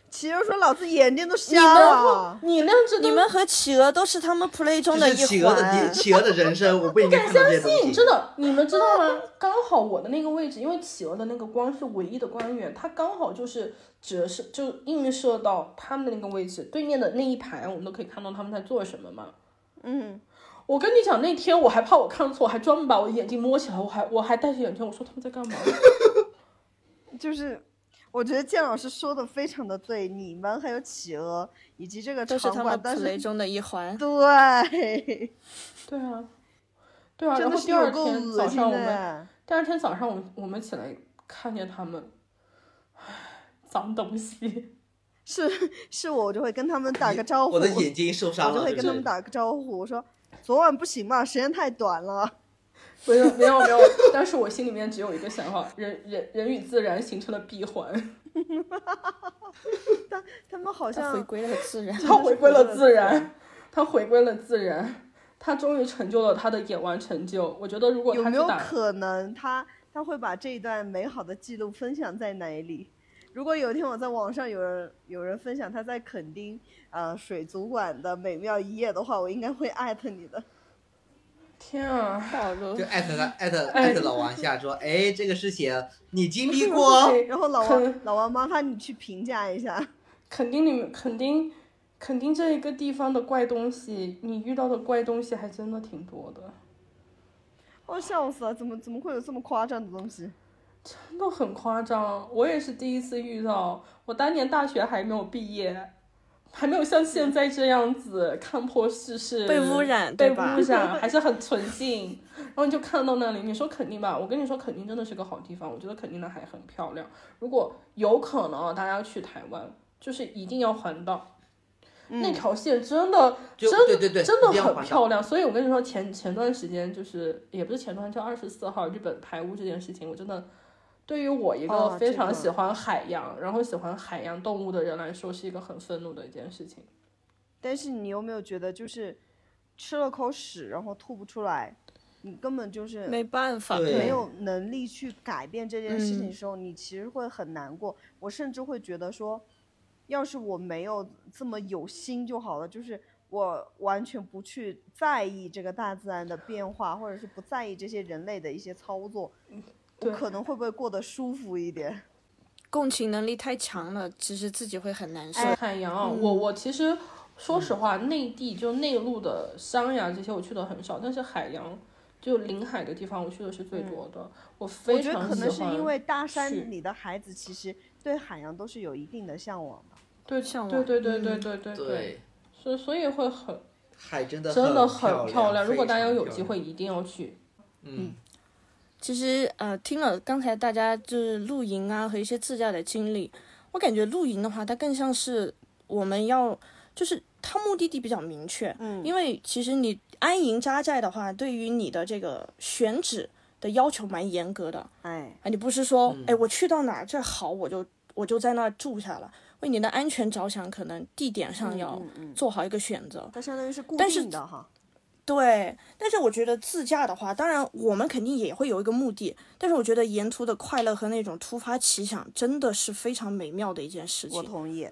[SPEAKER 2] 岂是说老子眼睛都
[SPEAKER 3] 你
[SPEAKER 2] 瞎
[SPEAKER 3] 们
[SPEAKER 2] 了？
[SPEAKER 3] 你亮着
[SPEAKER 5] 你
[SPEAKER 3] 灯，
[SPEAKER 5] 们和企鹅都是他们 play 中
[SPEAKER 6] 这
[SPEAKER 5] 的
[SPEAKER 6] 是
[SPEAKER 5] 一
[SPEAKER 6] 企鹅的
[SPEAKER 5] 环
[SPEAKER 6] 地，企鹅的人生，我不应该看到这些东西。
[SPEAKER 3] 真的，你们知道吗？刚好我的那个位置，因为企鹅的那个光是唯一的光源，它刚好就是折射，就映射到他们的那个位置，对面的那一排，我们都可以看到他们在做什么嘛。
[SPEAKER 2] 嗯，
[SPEAKER 3] 我跟你讲，那天我还怕我看错，我还专门把我的眼睛摸起来，我还我还戴着眼镜，我说他们在干嘛？
[SPEAKER 2] 就是我觉得建老师说的非常的对，你们还有企鹅以及这个
[SPEAKER 5] 都是
[SPEAKER 2] 场
[SPEAKER 5] 他
[SPEAKER 2] 馆，
[SPEAKER 5] 们
[SPEAKER 2] 但
[SPEAKER 5] 普雷
[SPEAKER 2] 是
[SPEAKER 5] 中的一环。
[SPEAKER 2] 对，
[SPEAKER 3] 对啊，对啊。
[SPEAKER 2] 真
[SPEAKER 3] 然
[SPEAKER 2] 的
[SPEAKER 3] 后
[SPEAKER 2] 是
[SPEAKER 3] 第
[SPEAKER 2] 有
[SPEAKER 3] 二
[SPEAKER 2] 够
[SPEAKER 3] 天
[SPEAKER 2] 恶
[SPEAKER 3] 早
[SPEAKER 2] 心
[SPEAKER 3] 上我们，
[SPEAKER 2] 的。
[SPEAKER 3] 第二天早上我们我们起来看见他们，唉，脏东西。
[SPEAKER 2] 是是我，我就会跟他们打个招 呼，
[SPEAKER 6] 我的眼睛受伤
[SPEAKER 2] 我就
[SPEAKER 6] 了，
[SPEAKER 2] 会
[SPEAKER 6] 是不
[SPEAKER 2] 跟他
[SPEAKER 6] 是
[SPEAKER 2] 们？打个招呼，我说昨晚不行吧，时间太短了。
[SPEAKER 3] 没有没有没有， 但是我心里面只有一个想法：人人人与自然形成了闭环，
[SPEAKER 2] 他们好
[SPEAKER 5] 它回
[SPEAKER 2] 像
[SPEAKER 5] 归了自然，
[SPEAKER 3] 他回归了自然， 他回归了自然，他终于成就了他的野蛮成就。我觉得如果
[SPEAKER 2] 有
[SPEAKER 3] 他
[SPEAKER 2] 没
[SPEAKER 3] 去
[SPEAKER 2] 有
[SPEAKER 3] 打
[SPEAKER 2] 可能他他会把这一段美好的记录分享在哪里？如果有一天我在网上有人有人分享他在垦丁呃水族馆的美妙一夜的话，我应该会艾特你的。
[SPEAKER 3] 天啊！
[SPEAKER 5] 暴露
[SPEAKER 6] 就艾特他，艾特
[SPEAKER 3] 哎
[SPEAKER 6] 艾特老王一下，说，哎，这个事情你经历过，哦
[SPEAKER 3] 对
[SPEAKER 2] 然后老
[SPEAKER 3] 很
[SPEAKER 2] 王老王，麻烦你去评价一下。
[SPEAKER 3] 肯定你们肯定肯定这一个地方的怪东西，你遇到的怪东西还真的挺多的，
[SPEAKER 2] 我、笑死了，怎么怎么会有这么夸张的东西？
[SPEAKER 3] 真的很夸张。我也是第一次遇到，我当年大学还没有毕业，还没有像现在这样子看破世事，
[SPEAKER 5] 被污染，
[SPEAKER 3] 被
[SPEAKER 5] 对
[SPEAKER 3] 污
[SPEAKER 5] 吧？
[SPEAKER 3] 染，还是很纯净。然后你就看到那里，你说肯定吧，我跟你说肯定真的是个好地方，我觉得肯定那还很漂亮。如果有可能啊，大家去台湾，就是一定要环岛。
[SPEAKER 5] 嗯
[SPEAKER 3] 那条线真的，
[SPEAKER 6] 就
[SPEAKER 3] 真的
[SPEAKER 6] 对对对，
[SPEAKER 3] 真的
[SPEAKER 6] 一定要
[SPEAKER 3] 很
[SPEAKER 6] 环岛。
[SPEAKER 3] 漂亮，所以我跟你说前前段时间就是也不是前段，就二十四号日本排污这件事情，我真的对于我一个
[SPEAKER 2] 哦
[SPEAKER 3] 非
[SPEAKER 2] 这
[SPEAKER 3] 常
[SPEAKER 2] 个
[SPEAKER 3] 喜欢海洋，然后喜欢海洋动物的人来说，是一个很愤怒的一件事情。
[SPEAKER 2] 但是你有没有觉得，就是吃了口屎然后吐不出来，你根本就是
[SPEAKER 5] 没办法，
[SPEAKER 6] 对
[SPEAKER 2] 没有能力去改变这件事情
[SPEAKER 5] 嗯
[SPEAKER 2] 的时候，你其实会很难过。我甚至会觉得说，要是我没有这么有心就好了，就是我完全不去在意这个大自然的变化，或者是不在意这些人类的一些操作，我
[SPEAKER 3] 对
[SPEAKER 2] 可能会不会过得舒服一点？
[SPEAKER 5] 共情能力太强了，其实自己会很难
[SPEAKER 2] 哎
[SPEAKER 5] 受。
[SPEAKER 3] 海洋啊，我我其实说实话，内地就内陆的山呀这些我去的很少，但是海洋就临海的地方我去的是最多的。我
[SPEAKER 2] 我
[SPEAKER 3] 非
[SPEAKER 2] 觉得
[SPEAKER 3] 常
[SPEAKER 2] 可
[SPEAKER 3] 喜
[SPEAKER 2] 能是
[SPEAKER 3] 欢
[SPEAKER 2] 因为大
[SPEAKER 3] 去
[SPEAKER 2] 山里的孩子其实对海洋都是有一定的向往的。
[SPEAKER 3] 对
[SPEAKER 5] 向往
[SPEAKER 3] 对对对对对对，
[SPEAKER 6] 对，
[SPEAKER 3] 所以所以会很
[SPEAKER 6] 海真的
[SPEAKER 3] 真的
[SPEAKER 6] 很
[SPEAKER 3] 很漂亮。如果大家
[SPEAKER 6] 非常
[SPEAKER 3] 有
[SPEAKER 6] 漂
[SPEAKER 3] 机
[SPEAKER 6] 亮，
[SPEAKER 3] 会，一定要去。
[SPEAKER 6] 嗯，
[SPEAKER 5] 其实呃，听了刚才大家就是露营啊和一些自驾的经历，我感觉露营的话，它更像是我们要就是它目的地比较明确，嗯，因为其实你安营扎寨的话，对于你的这个选址的要求蛮严格的，
[SPEAKER 2] 哎，
[SPEAKER 5] 啊，你不是说，哎，我去到哪儿这儿好，我就我就在那儿住下了。为你的安全着想，可能地点上要做好一个选择。
[SPEAKER 2] 嗯它相当于是固
[SPEAKER 5] 但是
[SPEAKER 2] 定的哈。
[SPEAKER 5] 对，但是我觉得自驾的话，当然我们肯定也会有一个目的，但是我觉得沿途的快乐和那种突发奇想，真的是非常美妙的一件事
[SPEAKER 2] 我
[SPEAKER 5] 情。
[SPEAKER 2] 同意，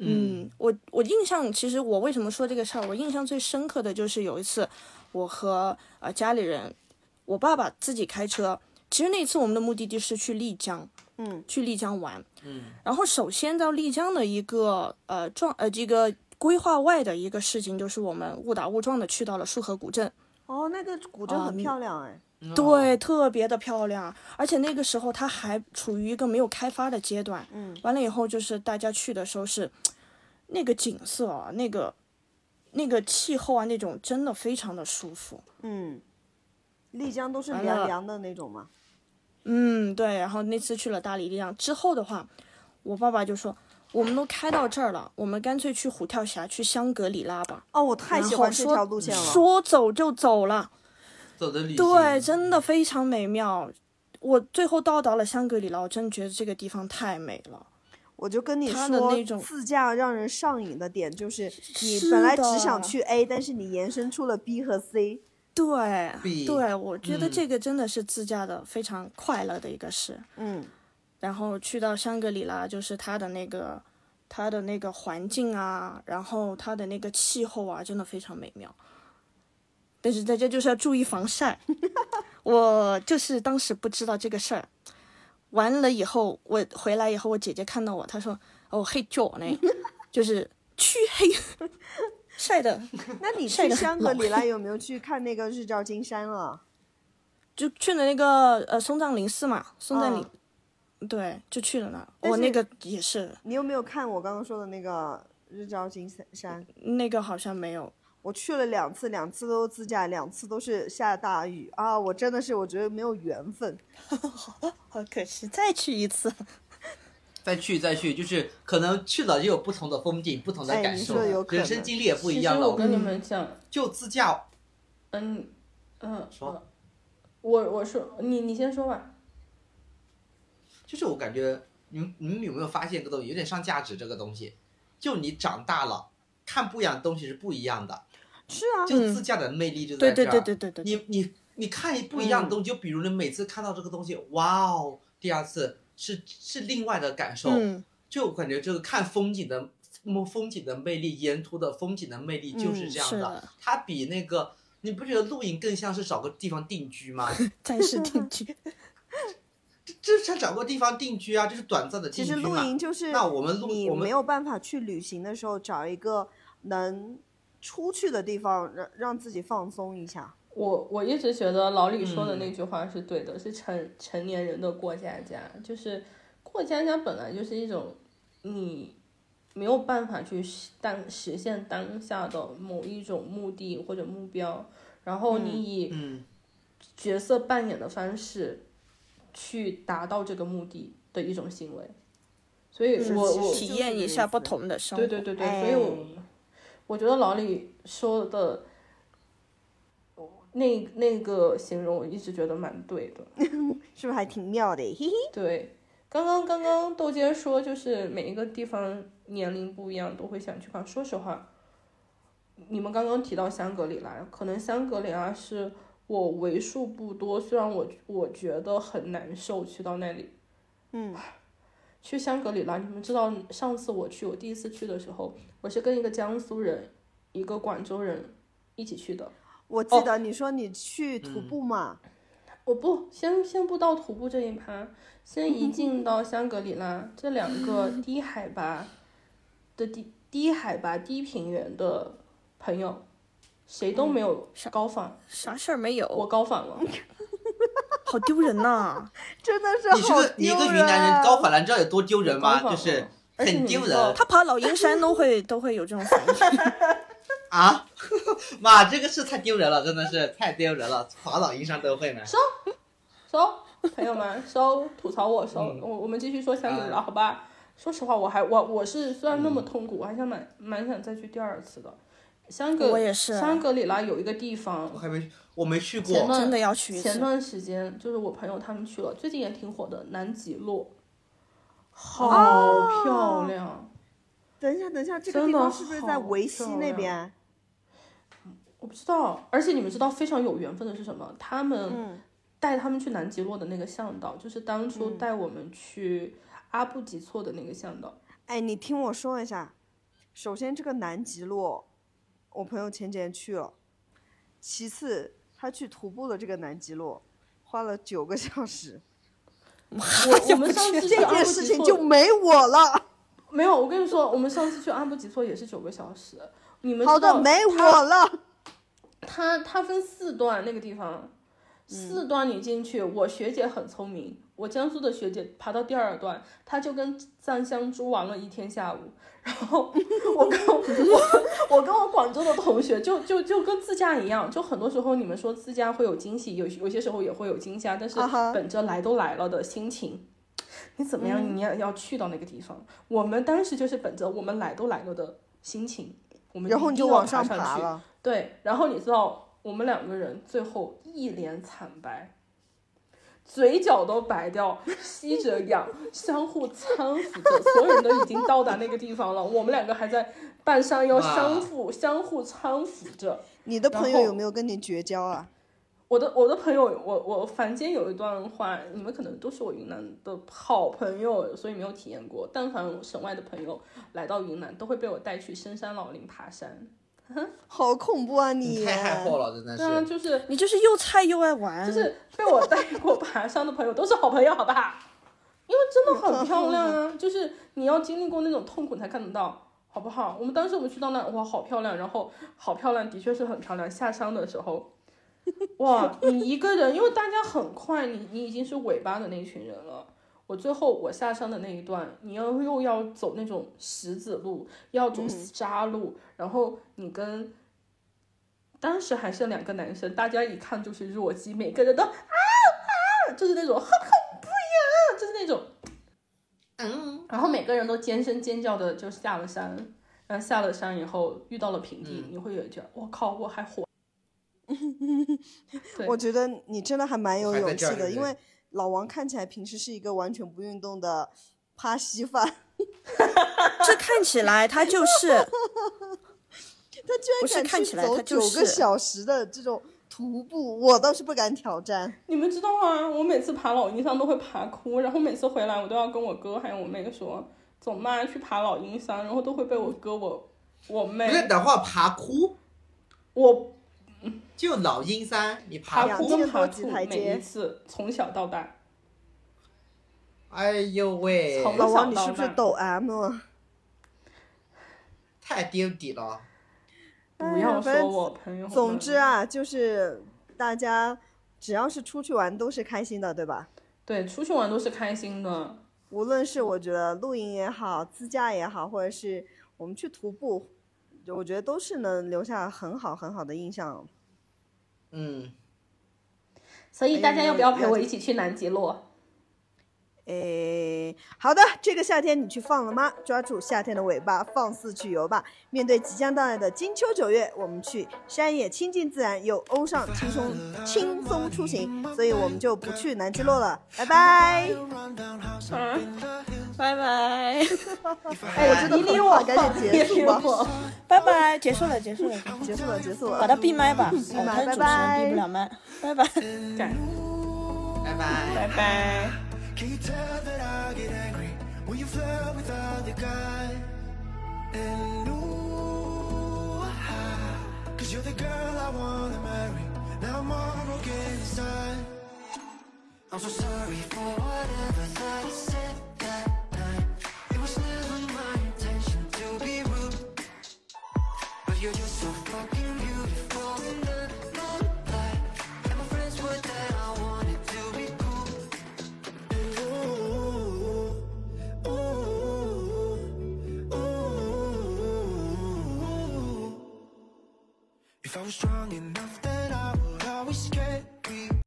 [SPEAKER 5] 嗯，我我印象，其实我为什么说这个事儿，我印象最深刻的就是有一次，我和呃家里人，我爸爸自己开车，其实那次我们的目的地是去丽江，
[SPEAKER 2] 嗯，
[SPEAKER 5] 去丽江玩，嗯，然后首先到丽江的一个呃状呃这个规划外的一个事情，就是我们误打误撞的去到了束河古镇，
[SPEAKER 2] 哦，那个古镇很漂亮哎，
[SPEAKER 4] 嗯
[SPEAKER 6] 嗯哦
[SPEAKER 5] 对，特别的漂亮，而且那个时候它还处于一个没有开发的阶段。嗯，完了以后就是大家去的时候是那个景色啊，那个那个气候啊，那种真的非常的舒服。
[SPEAKER 2] 嗯，丽江都是
[SPEAKER 5] 完了
[SPEAKER 2] 凉凉的那种嘛。
[SPEAKER 5] 嗯，对。然后那次去了大理、丽江之后的话，我爸爸就说，我们都开到这儿了，我们干脆去虎跳峡，去香格里拉吧。
[SPEAKER 2] 哦，我太喜欢这条路线了。
[SPEAKER 5] 说走就走了，
[SPEAKER 6] 走的旅行，
[SPEAKER 5] 对，真的非常美妙。我最后到达了香格里拉，我真的觉得这个地方太美了。
[SPEAKER 2] 我就跟你
[SPEAKER 5] 它的那种
[SPEAKER 2] 说，自驾让人上瘾的点就是，
[SPEAKER 5] 是
[SPEAKER 2] 你本来只
[SPEAKER 5] 的
[SPEAKER 2] 想去 A，但是你延伸出了 B 和 C。
[SPEAKER 5] 对，
[SPEAKER 6] 比
[SPEAKER 5] 对，我觉得
[SPEAKER 6] 嗯
[SPEAKER 5] 这个真的是自驾的非常快乐的一个事。
[SPEAKER 2] 嗯，
[SPEAKER 5] 然后去到香格里拉，就是它的那个它的那个环境啊，然后它的那个气候啊，真的非常美妙。但是大家就是要注意防晒。 我就是当时不知道这个事儿，完了以后，我回来以后，我姐姐看到我，她说：“哦，黑脚呢，就是黢黑，晒的
[SPEAKER 2] 那你
[SPEAKER 5] 晒
[SPEAKER 2] 去
[SPEAKER 5] 得很
[SPEAKER 2] 香格里拉
[SPEAKER 5] 老
[SPEAKER 2] 有没有去看那个日照金山了？啊
[SPEAKER 5] 就去了那个呃松赞林寺嘛，松赞林、
[SPEAKER 2] 嗯
[SPEAKER 5] 对，就去了那儿。
[SPEAKER 2] 但
[SPEAKER 5] 我
[SPEAKER 2] 是
[SPEAKER 5] 那个也是，
[SPEAKER 2] 你有没有看我刚刚说的那个日照金山？
[SPEAKER 5] 那个好像没有。
[SPEAKER 2] 我去了两次，两次都自驾，两次都是下大雨啊！我真的是我觉得没有缘分。
[SPEAKER 5] 好可惜，再去一次。
[SPEAKER 6] 再去再去，就是可能去了就有不同的风景，不同的
[SPEAKER 2] 哎
[SPEAKER 6] 感
[SPEAKER 2] 你
[SPEAKER 6] 受，
[SPEAKER 2] 说有可
[SPEAKER 6] 人生
[SPEAKER 2] 能
[SPEAKER 6] 经历也不一
[SPEAKER 3] 其
[SPEAKER 6] 样
[SPEAKER 3] 实我
[SPEAKER 6] 了。
[SPEAKER 3] 跟你们讲，
[SPEAKER 6] 就自驾，
[SPEAKER 3] 嗯嗯，
[SPEAKER 6] 说
[SPEAKER 3] 嗯我我说你你先说吧。
[SPEAKER 6] 就是我感觉你们你们有没有发现一个东西，有点上价值这个东西，就你长大了看不一样的东西是不一样的，
[SPEAKER 2] 是啊，
[SPEAKER 6] 就
[SPEAKER 5] 嗯
[SPEAKER 6] 自驾的魅力就
[SPEAKER 5] 对
[SPEAKER 6] 在这
[SPEAKER 5] 对
[SPEAKER 6] 儿。
[SPEAKER 5] 对对对对，
[SPEAKER 6] 你你你看一不一样的东西，就比如你每次看到这个东西，哇哦，第二次是是另外的感受，
[SPEAKER 5] 嗯，
[SPEAKER 6] 就我感觉这个看风景的风风景的魅力，沿途的风景的魅力就是
[SPEAKER 5] 嗯
[SPEAKER 6] 这样
[SPEAKER 5] 是
[SPEAKER 6] 的，
[SPEAKER 5] 的
[SPEAKER 6] 它比那个。你不觉得露营更像是找个地方定居吗？
[SPEAKER 5] 暂时定居。
[SPEAKER 6] 就是想找个地方定居啊，就是短暂的定
[SPEAKER 2] 其
[SPEAKER 6] 居
[SPEAKER 2] 实
[SPEAKER 6] 嘛。
[SPEAKER 2] 露营就是
[SPEAKER 6] 那我们露
[SPEAKER 2] 你
[SPEAKER 6] 我们
[SPEAKER 2] 没有办法去旅行的时候找一个能出去的地方，让让自己放松一下。
[SPEAKER 3] 我我一直觉得老李说的
[SPEAKER 6] 嗯
[SPEAKER 3] 那句话是对的，是成成年人的过家家，就是过家家本来就是一种你没有办法去实当实现当下的某一种目的或者目标，然后你以
[SPEAKER 6] 嗯
[SPEAKER 3] 角色扮演的方式去达到这个目的的一种行为，所以
[SPEAKER 2] 嗯是
[SPEAKER 3] 我
[SPEAKER 2] 其
[SPEAKER 3] 我
[SPEAKER 2] 实
[SPEAKER 5] 体验一下不同的生活。哎
[SPEAKER 3] 对对对对，所以我我觉得老李说的那那个形容，我一直觉得蛮对的。
[SPEAKER 2] 是不是还挺妙的？嘿嘿，
[SPEAKER 3] 对，刚刚刚刚豆姐说，就是每一个地方年龄不一样，都会想去看。说实话，你们刚刚提到香格里拉，可能香格里拉是我为数不多，虽然我我觉得很难受去到那里。
[SPEAKER 2] 嗯，
[SPEAKER 3] 去香格里拉，你们知道上次我去，我第一次去的时候，我是跟一个江苏人，一个广州人一起去的。
[SPEAKER 2] 我
[SPEAKER 6] 哦
[SPEAKER 2] 记得你说你
[SPEAKER 6] 嗯
[SPEAKER 2] 去徒步嘛，
[SPEAKER 3] 我哦不先先不到徒步这一趴，先 一进到香格里拉这两个低海拔的低低海拔低平原的朋友，谁都没有
[SPEAKER 5] 是
[SPEAKER 3] 高反，
[SPEAKER 5] 啥事儿没
[SPEAKER 3] 我
[SPEAKER 5] 有，
[SPEAKER 3] 高反了。
[SPEAKER 5] 好丢人呐、
[SPEAKER 2] 真的是
[SPEAKER 6] 你是
[SPEAKER 2] 好
[SPEAKER 6] 个你一
[SPEAKER 2] 丢
[SPEAKER 6] 个
[SPEAKER 2] 人
[SPEAKER 6] 云南人，高反了，你知道有多丢人吗？
[SPEAKER 3] 高反
[SPEAKER 6] 就
[SPEAKER 3] 了
[SPEAKER 6] 是
[SPEAKER 3] 而且
[SPEAKER 6] 很
[SPEAKER 3] 你
[SPEAKER 6] 丢
[SPEAKER 3] 知道
[SPEAKER 6] 人
[SPEAKER 5] 他爬老鹰山都会都会有这种反应。
[SPEAKER 6] 啊！妈，这个是太丢人了，真的是太丢人了，滑倒硬上都会呢。
[SPEAKER 3] 收， 朋友们收，吐槽我收，
[SPEAKER 5] 嗯
[SPEAKER 3] 我我们继续说香格里拉，好吧？说实话，我还我我是虽然那么痛苦，我还想蛮蛮想再去第二次的。香格
[SPEAKER 5] 我也是
[SPEAKER 3] 香格里拉有一个地方
[SPEAKER 6] 我，还没我没去
[SPEAKER 3] 前
[SPEAKER 6] 过，
[SPEAKER 3] 段
[SPEAKER 5] 真的要去一次
[SPEAKER 3] 前段时间就是我朋友他们去了，最近也挺火的南极落，好
[SPEAKER 2] 哦
[SPEAKER 3] 漂亮。
[SPEAKER 2] 等一下，等一下，这个
[SPEAKER 3] 真
[SPEAKER 2] 地
[SPEAKER 3] 的
[SPEAKER 2] 方是不是在
[SPEAKER 3] 好
[SPEAKER 2] 维西
[SPEAKER 3] 漂
[SPEAKER 2] 那
[SPEAKER 3] 亮
[SPEAKER 2] 边？
[SPEAKER 3] 我不知道，而且你们知道非常有缘分的是什么？他们
[SPEAKER 2] 嗯
[SPEAKER 3] 带他们去南极落的那个向导，就是当初带我们去阿布吉措的那个 向导。
[SPEAKER 2] 哎，你听我说一下，首先这个南极落，我朋友前几天去了，其次他去徒步的这个南极落，花了九个小时，
[SPEAKER 3] 我我们上次去
[SPEAKER 2] 这
[SPEAKER 3] 阿布
[SPEAKER 2] 件
[SPEAKER 3] 吉
[SPEAKER 2] 事情
[SPEAKER 3] 措
[SPEAKER 2] 就没我了。
[SPEAKER 3] 没有。我跟你说，我们上次去阿布吉措也是九个小时。你们
[SPEAKER 2] 好
[SPEAKER 3] 知道
[SPEAKER 2] 的，没
[SPEAKER 3] 他
[SPEAKER 2] 我了。
[SPEAKER 3] 它它分四段，那个地
[SPEAKER 2] 嗯
[SPEAKER 3] 方，四段你进去，我学姐很聪明，我江苏的学姐爬到第二段，她就跟藏香猪玩了一天下午，然后我跟我 我跟我广州的同学就就就跟自驾一样，就很多时候你们说自驾会有惊喜，有有些时候也会有惊吓，但是
[SPEAKER 2] 啊哈
[SPEAKER 3] 本着来都来了的心情。你怎
[SPEAKER 2] 嗯
[SPEAKER 3] 么样？你也要去到那个地方。我们当时就是本着我们来都来了的心情，我们
[SPEAKER 2] 然后你
[SPEAKER 3] 一定
[SPEAKER 2] 就
[SPEAKER 3] 要
[SPEAKER 2] 往
[SPEAKER 3] 上
[SPEAKER 2] 爬
[SPEAKER 3] 去。
[SPEAKER 2] 了，
[SPEAKER 3] 对，然后你知道我们两个人最后一脸惨白，嘴角都白掉， 吸着氧，相互搀扶着，所有人都已经到达那个地方了，我们两个还在半山腰相互相互搀扶着。
[SPEAKER 2] 你的
[SPEAKER 3] 然
[SPEAKER 2] 朋友有
[SPEAKER 3] 后
[SPEAKER 2] 没有跟你绝交啊？
[SPEAKER 3] 我的我的朋友，我我房间有一段话，你们可能都是我云南的好朋友，所以没有体验过。但凡省外的朋友来到云南，都会被我带去深山老林爬山。
[SPEAKER 2] 好恐怖啊你！
[SPEAKER 6] 太害怕了，真的
[SPEAKER 3] 对啊，
[SPEAKER 6] 是。
[SPEAKER 3] 就是
[SPEAKER 5] 你就是又菜又爱玩，
[SPEAKER 3] 就是被我带过爬山的朋友都是好朋友，好不好？因为真的很漂亮啊， 就是你要经历过那种痛苦你才看得到，好不好？我们当时我们去到那，哇，好漂亮，然后好漂亮，的确是很漂亮。下山的时候， 哇，你一个人，因为大家很快，你你已经是尾巴的那一群人了。我最后我下山的那一段，你要又要走那种石子路，又要走沙路，然后你跟当时还是两个男生，大家一看就是弱鸡，每个人都啊啊，就是那种很恐怖啊呀，就是那种，嗯，然后每个人都尖声尖叫的就下了山，然后下了山以后遇到了平地，你会有一句我靠，我还 活。对
[SPEAKER 2] 我觉得你真的还蛮有
[SPEAKER 6] 还在
[SPEAKER 2] 勇气
[SPEAKER 6] 这儿
[SPEAKER 2] 的，
[SPEAKER 6] 对不
[SPEAKER 2] 因为老王看起来平时是一个完全不运动的趴稀饭，
[SPEAKER 5] 这看起来他就是
[SPEAKER 2] 他
[SPEAKER 5] 不
[SPEAKER 2] 居
[SPEAKER 5] 是
[SPEAKER 2] 然敢
[SPEAKER 5] 看
[SPEAKER 2] 去
[SPEAKER 5] 起来
[SPEAKER 2] 走
[SPEAKER 5] 他就
[SPEAKER 2] 九个
[SPEAKER 5] 是
[SPEAKER 2] 小时的这种徒步，我倒是不敢挑战。
[SPEAKER 3] 你们知道啊，我每次爬老鹰山都会爬哭，然后每次回来我都要跟我哥还有我妹说，走嘛去爬老鹰山，然后都会被我哥我我妹
[SPEAKER 6] 不是，等会儿爬哭，
[SPEAKER 3] 我
[SPEAKER 6] 就老鹰山，你
[SPEAKER 3] 爬
[SPEAKER 6] 爬
[SPEAKER 3] 哭
[SPEAKER 6] 哭，
[SPEAKER 3] 跟爬
[SPEAKER 2] 两千多级
[SPEAKER 3] 吐
[SPEAKER 2] 台阶
[SPEAKER 3] 每一次从小到大，
[SPEAKER 6] 哎呦喂，
[SPEAKER 3] 从我
[SPEAKER 2] 老王，
[SPEAKER 3] 想
[SPEAKER 2] 你
[SPEAKER 3] 到
[SPEAKER 2] 是不是
[SPEAKER 3] 那
[SPEAKER 2] 抖 M 啊了？
[SPEAKER 6] 太丢底了。
[SPEAKER 3] 不要
[SPEAKER 2] 反正
[SPEAKER 3] 说我朋友们。
[SPEAKER 2] 总之啊，就是大家只要是出去玩都是开心的，对吧？
[SPEAKER 3] 对，出去玩都是开心
[SPEAKER 2] 哎
[SPEAKER 3] 的，
[SPEAKER 2] 无论是我觉得露营也好，自驾也好，或者是我们去徒步，我觉得都是能留下很好很好的印象。哦
[SPEAKER 6] 嗯，
[SPEAKER 3] 所以大
[SPEAKER 2] 哎
[SPEAKER 3] 家
[SPEAKER 2] 呀
[SPEAKER 3] 要不要陪
[SPEAKER 2] 要
[SPEAKER 3] 我一起去南极落？
[SPEAKER 2] 诶，好的，这个夏天你去放了吗？抓住夏天的尾巴，放肆去游吧！面对即将到来的金秋九月，我们去山野亲近自然，又欧上轻松轻松出行，所以我们就不去南极落了，拜拜！
[SPEAKER 5] 拜拜
[SPEAKER 2] 哎，我真的
[SPEAKER 3] 你理
[SPEAKER 2] 很
[SPEAKER 3] 我
[SPEAKER 2] 怕，赶紧结束吧！
[SPEAKER 3] 我。
[SPEAKER 5] 拜拜，结束了结束了，
[SPEAKER 2] 结束了，结束
[SPEAKER 5] 把
[SPEAKER 2] 了
[SPEAKER 5] 他，闭麦吧，
[SPEAKER 2] 闭麦
[SPEAKER 5] 哦他
[SPEAKER 2] 拜
[SPEAKER 5] 是主持人
[SPEAKER 2] 拜
[SPEAKER 5] 闭不了麦，拜拜。
[SPEAKER 6] 拜拜。
[SPEAKER 3] 拜拜。
[SPEAKER 7] Can you tell that I get angry when you flirt with other guys? And ooh, ah, cause you're the girl I wanna marry. Now I'm all broken inside. I'm so sorry for whatever that I said that night. It was never my intention to be rude. But you're just so fucking beautiful in the moonlight. And my friends were that I wanted to be cool. If I was strong enough, then I would always get you.